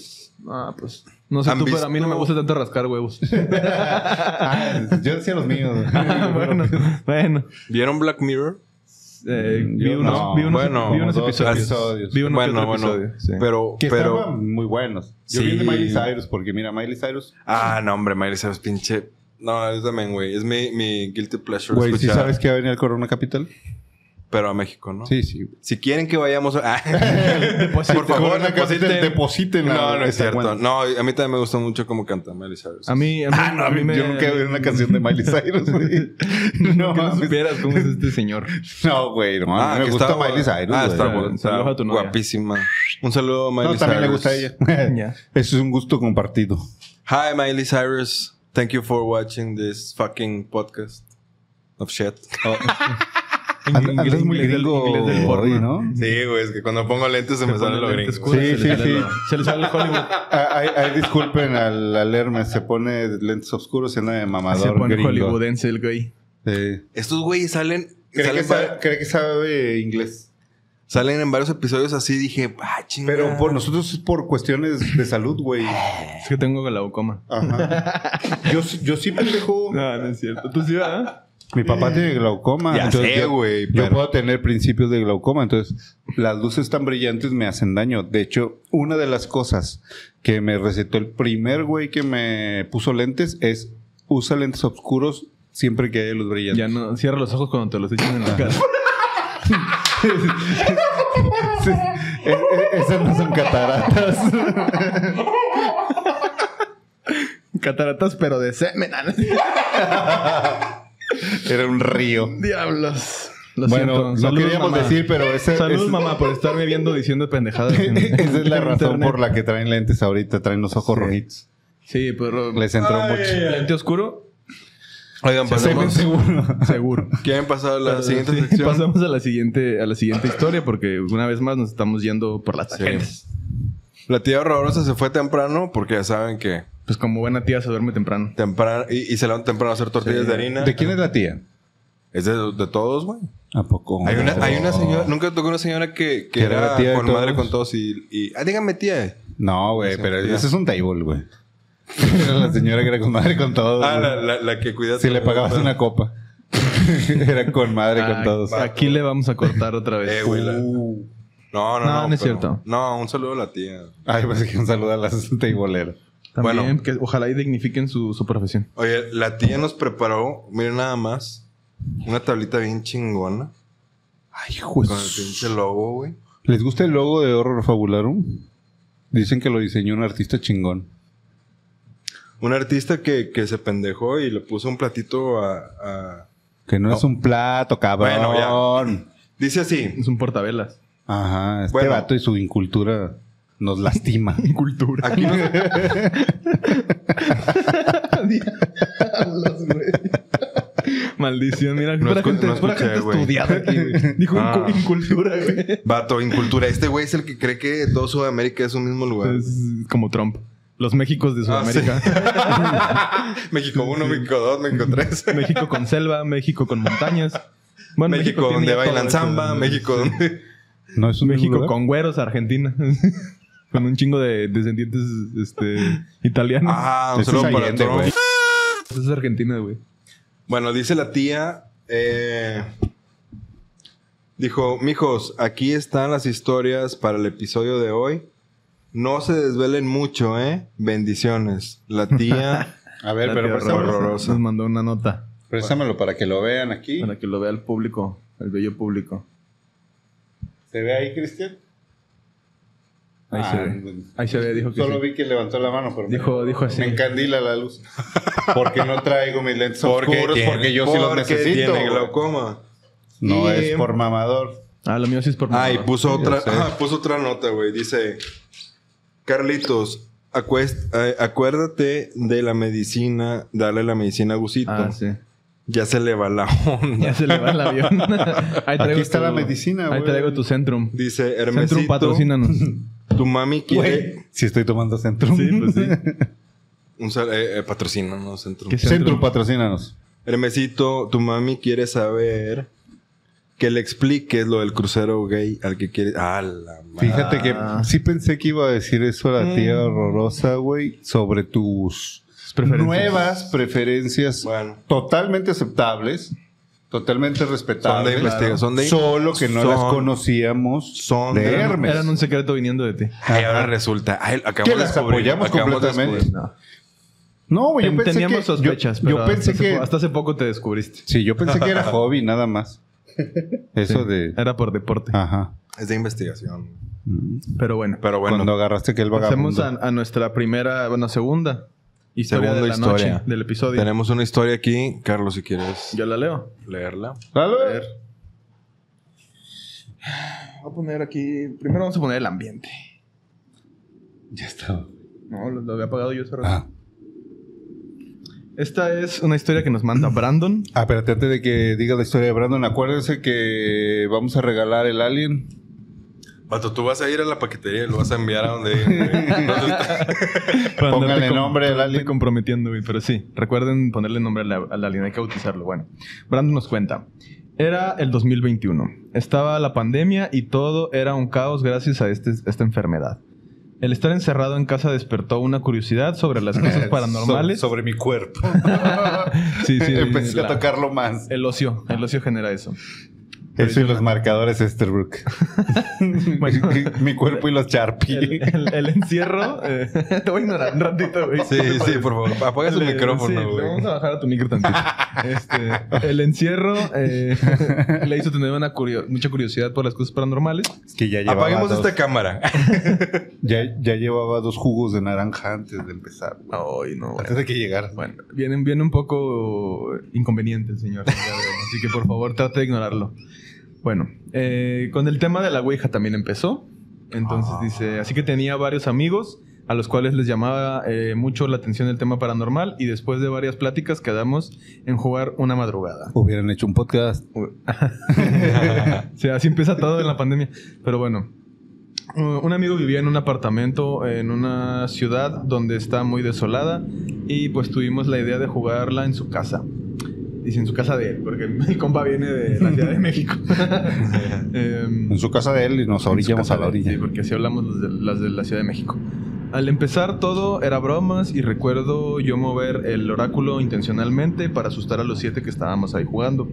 B: Ah, pues. No sé
D: ¿Han
B: tú, pero a mí no
D: visto-
B: me gusta tanto rascar huevos. [laughs]
C: Ah, yo decía los míos.
B: bueno, bueno.
D: ¿Vieron Black Mirror?
B: Eh, vi,
C: Yo
B: unos,
C: no.
B: vi unos-
D: Bueno,
B: vi unos
C: dos
B: episodios.
C: episodios.
B: Vi uno que
D: Bueno,
B: otro
D: bueno.
B: episodio, sí.
D: Pero,
C: Que
D: pero.
C: estaban muy buenos. Yo
D: Sí.
C: vi el de Miley Cyrus, porque mira, Miley Cyrus.
D: Ah, no, hombre, Mayra, sabes, pinche. No, yo también, güey. Es mi, mi guilty pleasure
C: Güey, ¿sí
D: escuchar.
C: sabes que va a venir al Corona Capital?
D: Pero a México, ¿no?
C: Sí, sí.
D: [laughs] Si quieren que vayamos. a- [laughs]
C: [laughs]
D: Ah. Por favor,
C: Corona Capital, depositen. la-
D: no, no es
C: esa
D: cierto.
C: cuenta.
D: No, a mí también me gusta mucho cómo canta Miley Cyrus.
B: a mí, a mí,
C: Ah, no,
B: a mí me.
C: Yo nunca he oído una canción de Miley Cyrus, güey.
B: que
C: No, [laughs]
B: no
C: mames.
B: supieras cómo es este señor.
C: No, güey, no.
D: Ah,
C: a mí me
D: que
C: gusta
D: está-
C: Miley Cyrus. güey.
D: Ah, está
B: Saludos
D: bueno. está
B: a tu novia.
D: Guapísima. Un saludo a Miley
C: No, también le
D: Cyrus.
C: gusta a ella.
B: Ya.
C: [laughs] Eso es un gusto compartido.
D: Hi, Miley Cyrus. Thank you for watching this fucking podcast of shit.
C: And- Andas muy
B: Inglés del-
C: gringo
B: inglés del porno.
C: hoy, ¿no?
D: Sí, güey, es que cuando pongo lentes se me sale lo gringo.
C: Sí,
B: Sí,
C: sí,
B: sí,
C: sí.
B: Se le sale el Hollywood.
C: Ah, Ay, ay, disculpen al, al Hermes, se pone lentes oscuros y anda de mamador
B: Se pone
C: gringo.
B: hollywoodense el güey.
C: Sí.
D: Estos güeyes salen,
C: ¿Cree, que
D: salen, va-
C: sabe, cree que sabe inglés?
D: salen en varios episodios así. Dije, ah, chinga.
C: Pero por nosotros es por cuestiones de salud, güey.
B: Es que tengo glaucoma. [laughs]
C: Ajá. Yo, sí- yo sí pendejo.
B: No, no es cierto. ¿Tú sí, verdad?
C: Mi papá tiene glaucoma.
D: Ya
C: entonces
D: sé,
C: yo-
D: güey,
C: Yo,
D: pero-
C: puedo tener principios de glaucoma. Entonces, las luces tan brillantes me hacen daño. De hecho, una de las cosas que me recetó el primer güey que me puso lentes es usa lentes oscuros siempre que haya luz brillante.
B: Ya no. Cierra los ojos cuando te los echan en la cara.
C: Sí. [laughs] E- e- esas no son cataratas.
B: [laughs] Cataratas, pero de semen. Ah,
C: Era un río.
B: Diablos. Lo
C: bueno,
B: siento.
C: lo
B: Saludos,
C: queríamos
B: mamá.
C: decir, pero ese,
B: Saludos,
C: ese-
B: mamá, por estarme viendo diciendo pendejadas. en-
C: [laughs] esa es la
B: en
C: razón
B: internet.
C: por la que traen lentes ahorita. Traen los ojos
B: Sí.
C: rojitos.
B: Sí, pero.
C: Les entró mucho.
B: ¿Lente oscuro?
D: Oigan,
C: Semen [laughs]
D: pasamos.
C: seguro.
B: Seguro.
D: ¿Quieren pasar a la
B: Pero
D: siguiente
B: sí,
D: sección?
B: Pasamos a la siguiente, a la siguiente historia porque una vez más nos estamos yendo por las tangentes.
D: La tía horrorosa se fue temprano porque ya saben que
B: Pues como buena tía se duerme temprano.
D: temprano y, y se levantan temprano a hacer tortillas
B: Sí.
D: de harina.
C: ¿De quién es la tía?
D: Es de, de todos, güey.
C: ¿A poco?
D: Hay una, hay una señora, nunca tocó una señora que, que
C: Que era la
D: era
C: tía de
D: con madre
C: todos.
D: con todos y, y- Ah, dígame, tía.
C: No, güey, pero
D: Ya.
C: ese es un table, güey. Era la señora que era con madre con todos.
D: Ah,
C: güey.
D: la, la- la que cuida.
C: Si le pagabas una copa. [laughs] era con madre
B: Ah,
C: con todos.
B: Aquí le vamos a cortar
D: [laughs]
B: otra
D: Eh,
B: vez.
D: güey, la-
C: Uh.
D: No, no, no.
B: No, no es
D: pero-
B: cierto.
D: No, un saludo a la tía.
C: Ay, pues que un saludo a las tableeras.
B: También,
D: bueno.
B: que ojalá y dignifiquen su, su profesión.
D: Oye, la tía nos preparó, miren nada más, una tablita bien chingona
C: Ay, juez.
D: con el pinche logo, güey.
C: ¿Les gusta el logo de Horror Fabularum? Dicen que lo diseñó un artista chingón.
D: Un artista que, que se pendejó y le puso un platito a... a-
C: Que no, es un plato, cabrón.
D: Bueno, Dice así.
B: [laughs] Es un portabelas.
C: Ajá, este
D: Bueno.
C: vato y su incultura. nos
D: [laughs]
C: lastima. Cultura.
D: Aquí
B: [laughs]
D: nos,
B: Diablos, güey. Maldición, mira,
D: No
B: pura
D: escu-
B: gente,
D: no
B: pura
D: escuché,
B: gente
D: güey.
B: estudiada aquí,
D: [laughs]
B: güey. Dijo
D: Ah.
B: incu- incultura, güey.
D: Vato, incultura. Este güey es el que cree que todo Sudamérica es un mismo lugar.
B: Es como Trump. Los Méxicos de
D: Ah, sí.
B: Sudamérica. Pues,
D: [laughs] México 1, México 2, México 3.
B: [laughs] México con selva, México con montañas. Bueno,
D: México,
B: tiene
D: donde
B: ya todo
D: bailan
B: eso,
D: samba,
B: ¿no?
D: México donde... [laughs]
C: No es un
B: México
C: lugar.
B: con güeros, Argentina. [laughs] con un chingo de descendientes este, italianos.
D: Ah, un
C: Ese es
D: saludo para
C: Allende,
D: Trump.
C: güey.
B: Esa es Argentina, güey.
D: Bueno, dice la tía... eh, dijo, mijos, aquí están las historias para el episodio de hoy. No se desvelen mucho, ¿eh? Bendiciones. La tía...
C: A ver,
B: La tierra
C: pero
D: préstame-
B: rosa.
C: préstamelo,
D: horrorosa.
B: Nos mandó una nota
C: préstamelo para que lo vean aquí.
B: para que lo vea el público, el bello público.
C: ¿Se ve ahí, Cristian?
B: Ahí
C: Ah,
B: se ve.
C: bueno.
B: Ahí se ve, dijo que
C: Solo
B: sí.
C: vi que levantó la mano, pero me-
B: Dijo, dijo así.
C: me encandila la [laughs] luz. Porque no traigo mis lentes oscuros,
D: tiene-
C: porque yo sí los
D: porque
C: necesito.
D: tiene
C: güey.
D: glaucoma.
C: No
D: Y-
C: es por mamador.
B: Ah, lo mío sí es por
D: Ah, y
B: mamada.
D: puso otra,
C: sé.
D: ah, puso otra nota, güey. Dice, Carlitos, acuest- eh, acuérdate de la medicina, darle la medicina a Gusito.
B: Ah,
D: [laughs]
B: sí.
D: Ya se le va la [laughs]
B: Ya
D: onda.
B: se le va el
D: [laughs]
B: avión. Ahí
C: Aquí
B: traigo
C: está la medicina,
B: Ahí
C: güey.
B: traigo tu Centrum.
D: Dice,
B: Centrum,
D: Hermesito,
B: patrocínanos.
D: [laughs] tu mami quiere...
C: Si estoy tomando [laughs] Centrum.
B: Sí, [laughs] pues sí.
D: Un sal- eh, eh, patrocina, no, Centrum.
B: ¿Qué
C: Centrum, patrocínanos.
D: Hermesito, tu mami quiere saber que le expliques lo del crucero gay al que quiere... Ah, la madre.
C: Fíjate que
B: Ah.
C: sí pensé que iba a decir eso a
B: Mm.
C: la tía horrorosa, güey, sobre tus
B: preferencias.
C: nuevas preferencias
D: Bueno.
C: totalmente aceptables, totalmente
D: Son de
C: respetables.
D: investigación, son de...
C: Solo que no las
D: son-
C: conocíamos
D: son-
C: de
D: eran-
C: Hermes.
B: Eran un secreto viniendo de ti.
D: Ay, ahora resulta. Ay, acabamos
C: que
D: de
C: las
D: descubrir,
C: apoyamos
D: acabamos de
C: completamente.
D: descubrir.
C: no, güey, yo
B: Ten-
C: pensé
B: Teníamos
C: que, yo-
B: sospechas,
C: yo,
B: pero
C: pensé
B: hasta,
C: que
B: hace, po- hasta hace poco te descubriste.
C: sí, yo pensé que era hobby nada más. [laughs] Eso
B: Sí,
C: de
B: Era por deporte.
C: ajá.
D: Es de investigación.
B: Pero bueno.
D: Ah. Pero bueno,
C: Cuando agarraste que el vagabundo.
B: Pasemos a, a nuestra primera, bueno, segunda historia
D: Segunda
B: de la
D: historia.
B: noche del episodio.
D: tenemos una historia aquí. Carlos, si quieres
B: Yo la leo.
D: leerla.
C: Dale.
B: Voy a poner aquí. Primero vamos a poner el ambiente.
C: Ya está.
B: No, lo, lo había apagado yo hace rato.
C: Ah.
B: Esta es una historia que nos manda Brandon.
C: Ah, espérate, antes de que diga la historia de Brandon, acuérdense que vamos a regalar el Alien.
D: Vato, tú vas a ir a la paquetería y lo vas a enviar a donde.
C: [laughs]
D: Entonces,
B: Para
C: Póngale
B: andarte com-
C: nombre
B: para
C: al
B: andarte
C: alien.
B: comprometiendo, güey, pero sí. Recuerden ponerle nombre al, al alien, hay que bautizarlo. Bueno, Brandon nos cuenta. Era el 2021. Estaba la pandemia y todo era un caos gracias a este- esta enfermedad. El estar encerrado en casa despertó una curiosidad sobre las
C: [laughs]
B: cosas paranormales.
C: Eh, So- sobre mi [laughs] cuerpo.
B: [laughs] Sí, sí,
C: Empecé
B: la-
C: a tocarlo más.
B: El ocio, el ocio genera
C: [laughs]
B: eso.
C: Eso y los marcadores [laughs] Esterbrook.
B: Bueno.
C: [laughs] mi cuerpo y los Sharpie.
B: El, el- el encierro. eh, [laughs] te voy a ignorar un ratito, güey.
D: sí, sí, por favor. Apaga tu
B: Le- sí,
D: micrófono,
B: le
D: güey.
B: vamos a bajar a tu micro tantito. Este, el encierro eh, le hizo tener una curio- mucha curiosidad por las cosas paranormales.
C: Es que ya llevaba
D: Apaguemos
C: dos,
D: esta cámara.
C: ya, ya llevaba dos jugos de naranja antes de empezar.
B: Ay, no,
C: Antes de que llegara.
B: Bueno, viene, viene un poco inconveniente el señor. así que por favor trate de ignorarlo. Bueno, eh, con el tema de la Ouija también empezó. Entonces dice, así que tenía varios amigos a los cuales les llamaba eh, mucho la atención el tema paranormal y después de varias pláticas quedamos en jugar una madrugada.
C: Hubieran hecho un podcast.
B: [laughs] O sea, así empieza todo en la pandemia. Pero bueno, Uh, un amigo vivía en un apartamento en una ciudad donde está muy desolada y pues tuvimos la idea de jugarla en su casa. Dice en su casa de él, porque [laughs] el compa viene de la Ciudad de
C: [laughs]
B: México. [laughs] Em,
C: En su casa de él y nos orillamos a la orilla.
B: Sí, porque así hablamos las de, las de la Ciudad de México. Al empezar todo era bromas y recuerdo yo mover el oráculo intencionalmente para asustar a los siete que estábamos ahí jugando.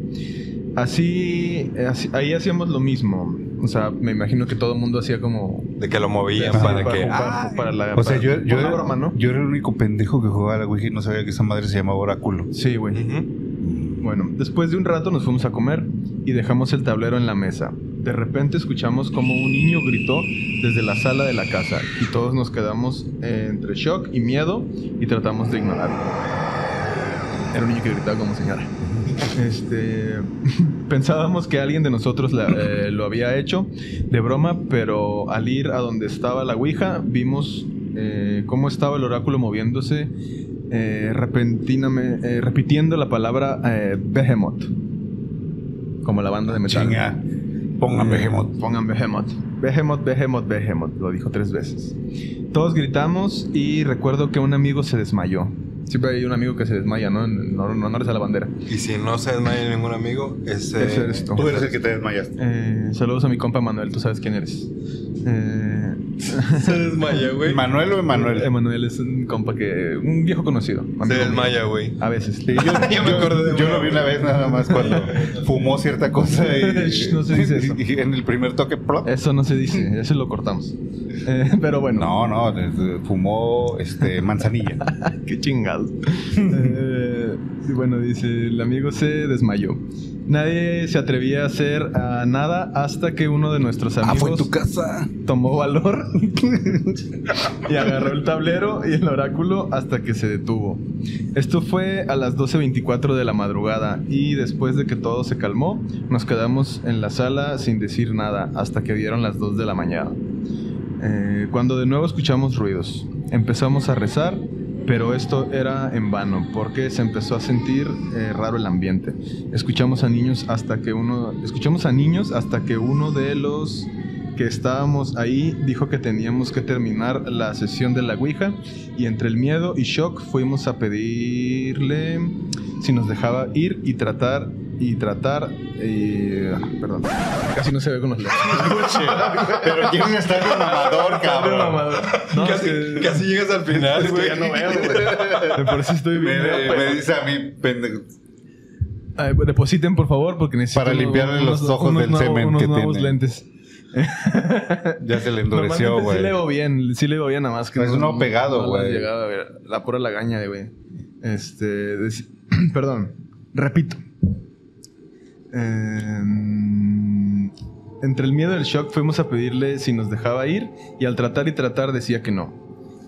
B: Así, eh, así- ahí hacíamos lo mismo. O sea, me imagino que todo el mundo hacía como...
D: De que lo movían
B: Ajá,
D: para que.
B: jugar,
D: ¡Ay!
B: para la,
C: O sea,
B: para-
C: yo,
B: por
C: yo
B: la
C: era,
B: broma, ¿no?
C: yo era el único pendejo que jugaba a la Ouija y no sabía que esa madre se llamaba Oráculo.
B: Sí, güey.
D: ah, Ujú.
B: Bueno, después de un rato nos fuimos a comer y dejamos el tablero en la mesa. De repente escuchamos como un niño gritó desde la sala de la casa y todos nos quedamos eh, entre shock y miedo y tratamos de ignorarlo. Era un niño que gritaba como señora. Este, [laughs] pensábamos que alguien de nosotros la- eh, lo había hecho de broma, pero al ir a donde estaba la Ouija, vimos eh, cómo estaba el oráculo moviéndose, eh, repentiname- eh, repitiendo la palabra eh, Behemoth, como la banda de metal.
C: Chinga. Póngame,
B: Eh,
C: Behemoth.
B: Pongan Behemoth. Behemoth, Behemoth, Behemoth. Lo dijo tres veces. Todos gritamos y recuerdo que un amigo se desmayó. Siempre hay un amigo que se desmaya, ¿no? En no, no honores a la bandera.
D: Y si no se desmaya ningún amigo, este, ese...
B: Ese eres tú.
C: Tú eres el que te [laughs] desmayaste.
B: Eh, saludos a mi compa Manuel, tú sabes quién eres. Eh,
D: Se desmaya, güey.
C: ¿Manuel o Emanuel? [laughs]
B: Emanuel es un compa que. Un viejo conocido. amigo
D: Se
B: mío.
D: desmaya, güey.
B: A veces.
C: Sí, yo,
D: Yo me
C: yo-
D: acordé de
C: yo
D: uno.
C: lo vi una vez nada más [laughs] cuando fumó cierta cosa [laughs] y,
B: No se dice eso.
C: y en el primer toque plop.
B: Eso no se dice, eso lo cortamos. Eh, pero bueno.
C: No, no, desde- fumó este manzanilla.
B: [laughs] Qué chingados. Eh, y bueno, dice, el amigo se desmayó. Nadie se atrevía a hacer ah, nada hasta que uno de nuestros
A: Ah,
D: Ah,
B: amigos
D: casa.
B: tomó valor [laughs] y agarró el tablero y el oráculo hasta que se detuvo. Esto fue a las 12.24 de la madrugada y después de que todo se calmó, nos quedamos en la sala sin decir nada hasta que dieron las 2 de la mañana. Eh, cuando de nuevo escuchamos ruidos, empezamos a rezar, pero esto era en vano porque se empezó a sentir eh, raro el ambiente. Escuchamos a niños hasta que uno, escuchamos a niños hasta que uno de los que estábamos ahí dijo que teníamos que terminar la sesión de la Ouija y entre el miedo y shock fuimos a pedirle si nos dejaba ir y tratar y tratar eh, perdón casi no se ve con los lentes
C: [laughs] Pero James [laughs] está bien mamador, [laughs] cabrón.
B: No,
D: casi,
B: es que-
D: casi llegas al final,
C: Es que [laughs]
D: güey.
C: ya no veo, güey.
B: de por eso estoy
C: Me,
B: bien.
C: me- me dice a mí, pendejo.
B: Ay, pues, depositen, por favor, porque necesito...
C: Para limpiarle los ojos del
B: nuevo-
C: semen
B: unos
C: que
B: nuevos
C: tiene.
B: lentes.
C: Ya se le endureció,
B: Normalmente
C: güey.
B: sí leo bien, sí leo bien, nada más que...
C: Es uno pegado,
B: no le
C: güey.
B: llegaba a ver, La pura lagaña de güey. Este... deci- [clears throat] perdón. Repito. Eh, entre el miedo y el shock fuimos a pedirle si nos dejaba ir y al tratar y tratar decía que no.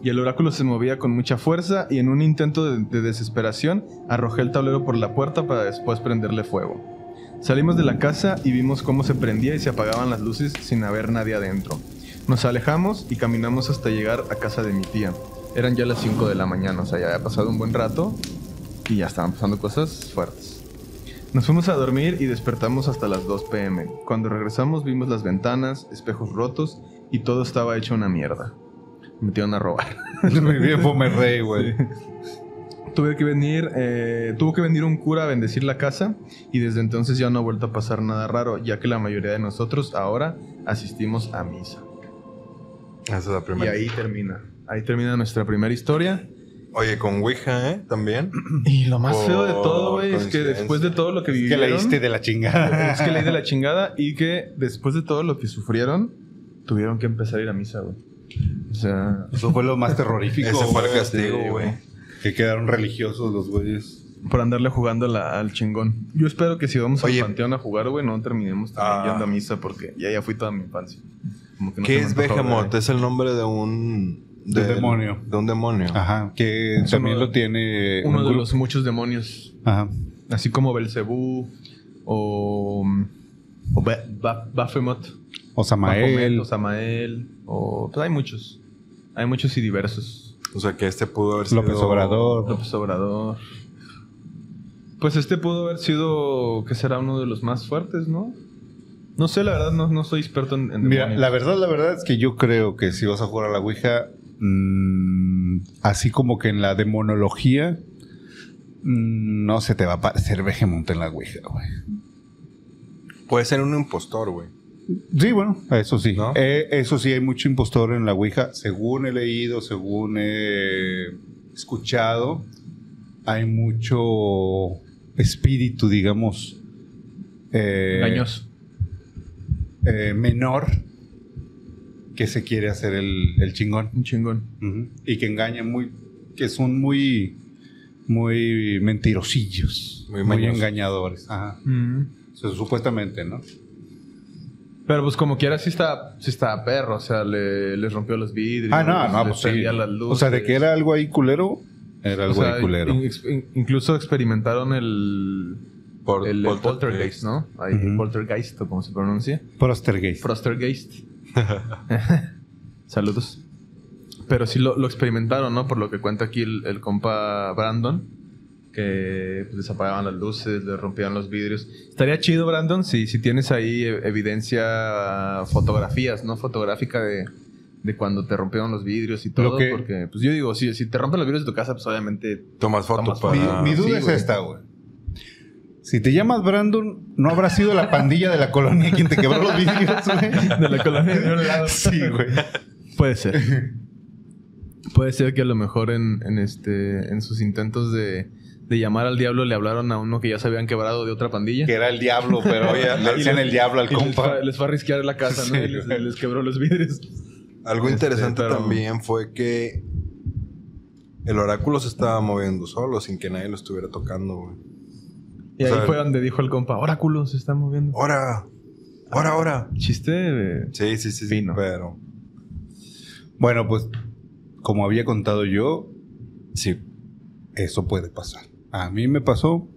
B: Y el oráculo se movía con mucha fuerza y en un intento de, de desesperación arrojé el tablero por la puerta para después prenderle fuego. Salimos de la casa y vimos cómo se prendía y se apagaban las luces sin haber nadie adentro. Nos alejamos y caminamos hasta llegar a casa de mi tía. Eran ya las 5 de la mañana, o sea, ya había pasado un buen rato y ya estaban pasando cosas fuertes. Nos fuimos a dormir y despertamos hasta las 2 pm. Cuando regresamos vimos las ventanas, espejos rotos y todo estaba hecho una mierda. Me metieron a robar. [laughs]
C: Muy bien, Pomerrey, güey.
B: Tuve que venir, eh, tuvo que venir un cura a bendecir la casa y desde entonces ya no ha vuelto a pasar nada raro, ya que la mayoría de nosotros ahora asistimos a misa.
D: Esa es la
B: Y
D: primera.
B: ahí termina. Ahí termina nuestra primera historia.
D: Oye, con Ouija, ¿eh? También.
B: Y lo más feo de
D: Por
B: todo, güey, es que después de todo lo que
C: Que
B: vivieron...
C: leíste de la chingada.
B: Es que leí de la chingada y que después de todo lo que sufrieron, tuvieron que empezar a ir a misa, güey. O sea,
C: Eso fue [laughs] lo más terrorífico.
D: Ese fue el
C: güey.
D: castigo, güey.
C: Que quedaron religiosos los güeyes.
B: por andarle jugando a la- al chingón. Yo espero que si vamos
D: Oye.
B: al panteón a jugar, güey, no terminemos también
D: Ah.
B: yendo a misa porque ya, ya fui toda mi infancia. Como que no se
D: ¿Qué
B: me
D: es
B: antoja
D: Behemoth?
B: volver
D: Es el nombre de un...
C: De un
D: del-
C: demonio.
D: De un demonio.
C: Ajá. Que
B: Es
C: también
B: uno-
C: lo tiene.
B: ahí. Uno
C: un
B: de
C: grupo.
B: los muchos demonios,
C: Ajá.
B: así como Belcebú o, mm, o Ba- Ba- Baphomet.
C: O
B: Baphomet,
C: Samael.
B: o Samael, o... Pues hay muchos. Hay muchos y diversos.
D: O sea, que este pudo haber sido...
C: López Obrador.
B: López Obrador. Pues este pudo haber sido, que será uno de los más fuertes, ¿no? No sé, la verdad, no, no soy experto en, en
C: Mira,
B: demonios.
C: la verdad, la verdad es que yo creo que si vas a jugar a la Ouija, mm, así como que en la demonología, mm, no se te va a parecer Behemoth en la Ouija, güey.
D: Puede ser un impostor, güey.
C: Sí, bueno, eso sí.
D: ¿No?
C: Eh, eso sí, hay mucho impostor en la Ouija. Según he leído, según he escuchado, hay mucho espíritu, digamos. eh,
B: Engañoso.
C: eh, menor que se quiere hacer el, el chingón.
B: Un chingón.
C: Ujú. Y que engañan muy, que son muy, muy mentirosillos.
D: Muy
C: Muy,
D: mañosos.
C: engañadores. Ajá. O sea, supuestamente, ¿no?
B: Pero pues como quiera, sí está, sí está perro. O sea, le, les rompió los vidrios.
C: Ah, no, no,
B: les
C: pues sí.
B: prendía las luces.
C: O sea, de que era algo ahí culero, era
B: O
C: algo
B: sea,
C: ahí culero.
B: in- ex- in- incluso experimentaron el...
D: Por- eh,
B: el, el
D: polter-
B: poltergeist, ¿no? Ahí,
C: Ujú.
B: Poltergeist, o como se pronuncia.
C: Prostergate.
B: [laughs] Prostergeist. Saludos. Pero sí lo, lo experimentaron, ¿no? Por lo que cuenta aquí el, el compa Brandon, que pues, les apagaban las luces, les rompían los vidrios. Estaría chido, Brandon, si, si tienes ahí e- evidencia, fotografías, ¿no? Fotográfica de, de cuando te rompieron los vidrios y todo.
C: que-
B: Porque, pues yo digo, si, si te rompen los vidrios [laughs] de tu casa, pues obviamente...
D: Tomas foto
B: Tomas
C: Mi,
D: para.
C: mi
B: Ah,
C: duda
B: Sí,
C: es
B: güey.
C: esta, güey. Si te llamas Brandon, no habrá sido la pandilla de la colonia quien te quebró los vidrios,
B: [laughs]
C: güey.
B: De la colonia de un lado.
C: Sí, güey.
B: Puede ser. [laughs] Puede ser que a lo mejor en, en este, en sus intentos de, de llamar al diablo le hablaron a uno que ya se habían quebrado de otra pandilla.
C: Que era el diablo, pero
D: Oye,
C: le dicen el diablo al
B: Ah, Y les
C: compa.
B: fue, les fue a risquear la casa, ¿no?
C: Sí,
B: Y les,
C: güey.
B: les quebró los vidrios.
D: Algo
B: Este,
D: interesante
B: pero-
D: también fue que el oráculo se estaba moviendo solo sin que nadie lo estuviera tocando, güey.
B: Y
D: O
B: ahí
D: sea,
B: fue donde dijo el compa, oráculo, se está moviendo.
D: ¡Hora! ¡Hora, hora!
B: Chiste eh, de...
D: Sí, sí, sí, sí.
B: Fino.
D: Pero.
C: Bueno, pues, como había contado yo,
D: Sí.
C: eso puede pasar. A mí me pasó.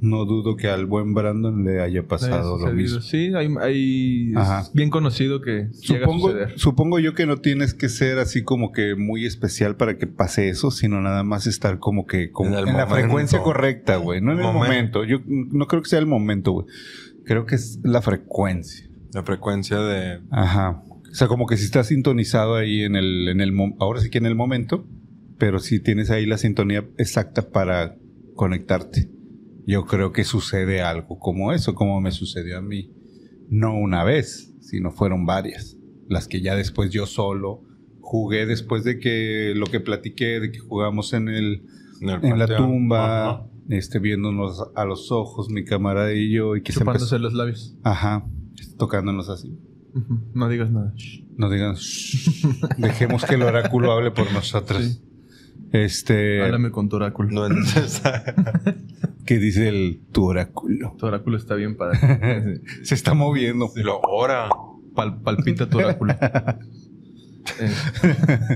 C: No dudo que al buen Brandon le haya pasado
B: de-
C: lo mismo.
B: eh, Sí, hay, hay-
C: Ajá.
B: es bien conocido que llega a
C: Supongo,
B: suceder.
C: supongo yo que no tienes que ser así como que muy especial para que pase eso, sino nada más estar como que como
D: En el
C: en la
D: momento.
C: frecuencia correcta, güey. No en el
D: Momento.
C: momento. Yo no creo que sea el momento, güey. Creo que es la frecuencia.
D: La frecuencia de.
C: Ajá. O sea, como que si estás sintonizado ahí en el, en el mom- ahora sí que en el momento, pero si tienes ahí la sintonía exacta para conectarte. Yo creo que sucede algo como eso, como me sucedió a mí. No una vez, sino fueron varias. Las que ya después yo solo jugué después de que lo que platiqué, de que jugamos en el
D: En, el
C: en la
D: panteón.
C: tumba,
D: Ajá.
C: este, viéndonos a los ojos, mi camarada y yo, y que se
B: Chupándose
C: empezó,
B: los labios.
C: ajá, tocándonos así.
B: Ujú, No digas nada. Shh.
C: No digan, "Shh". dejemos que el oráculo hable por nosotros.
B: Sí.
C: Este,
B: Háblame con tu oráculo.
D: No es necesario. [laughs]
C: ¿qué dice el tu
B: [laughs]
C: oráculo?
B: Tu oráculo está bien
C: [laughs]
B: padre. Sí.
C: Se está moviendo.
D: Y lo, ¡Hora!
B: Pal- palpita tu
D: [laughs]
B: oráculo. Eh,
C: [laughs]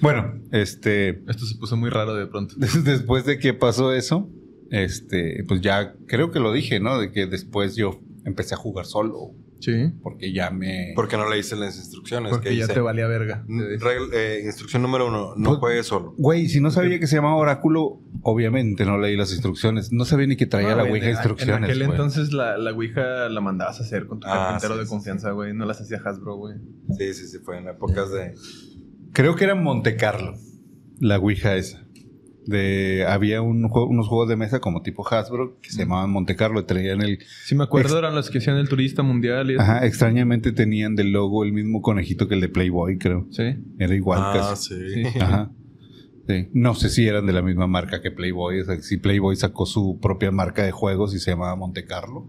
C: Bueno, este, [laughs]
B: esto se puso muy raro de pronto.
C: des- después de que pasó eso, este, pues ya creo que lo dije, ¿no? De que después yo empecé a jugar solo
B: Sí.
C: porque ya me
D: Porque no le hice las instrucciones. que
B: Porque ya
D: hice.
B: te valía verga.
D: Mm, regla- eh, instrucción número uno: no
C: Pues-
D: juegues solo.
C: Güey, si no sabía que se llamaba oráculo, obviamente no leí las instrucciones. No sabía ni que traía
B: Ah,
C: la
B: güey,
C: Ouija
B: en-
C: instrucciones.
B: En aquel
C: güey.
B: entonces la, la Ouija la mandabas a hacer con tu
D: Ah,
B: carpintero
D: sí,
B: de
D: sí,
B: confianza, güey. No las hacía Hasbro, güey.
D: Sí, sí, sí. Fue en épocas de.
C: Creo que era en Monte Carlo. La Ouija esa. De, había un juego- unos juegos de mesa como tipo Hasbro que se llamaban Monte Carlo. y Traían el.
B: Sí, me acuerdo,
C: Ex-
B: eran los que hacían el turista mundial y eso.
C: Ajá, extrañamente tenían del logo el mismo conejito que el de Playboy, creo.
B: Sí.
C: Era igual
D: Ah,
C: casi.
D: sí.
B: sí.
C: Ajá. Sí. No sé si eran de la misma marca que Playboy. O sea, si Playboy sacó su propia marca de juegos y se llamaba Monte Carlo.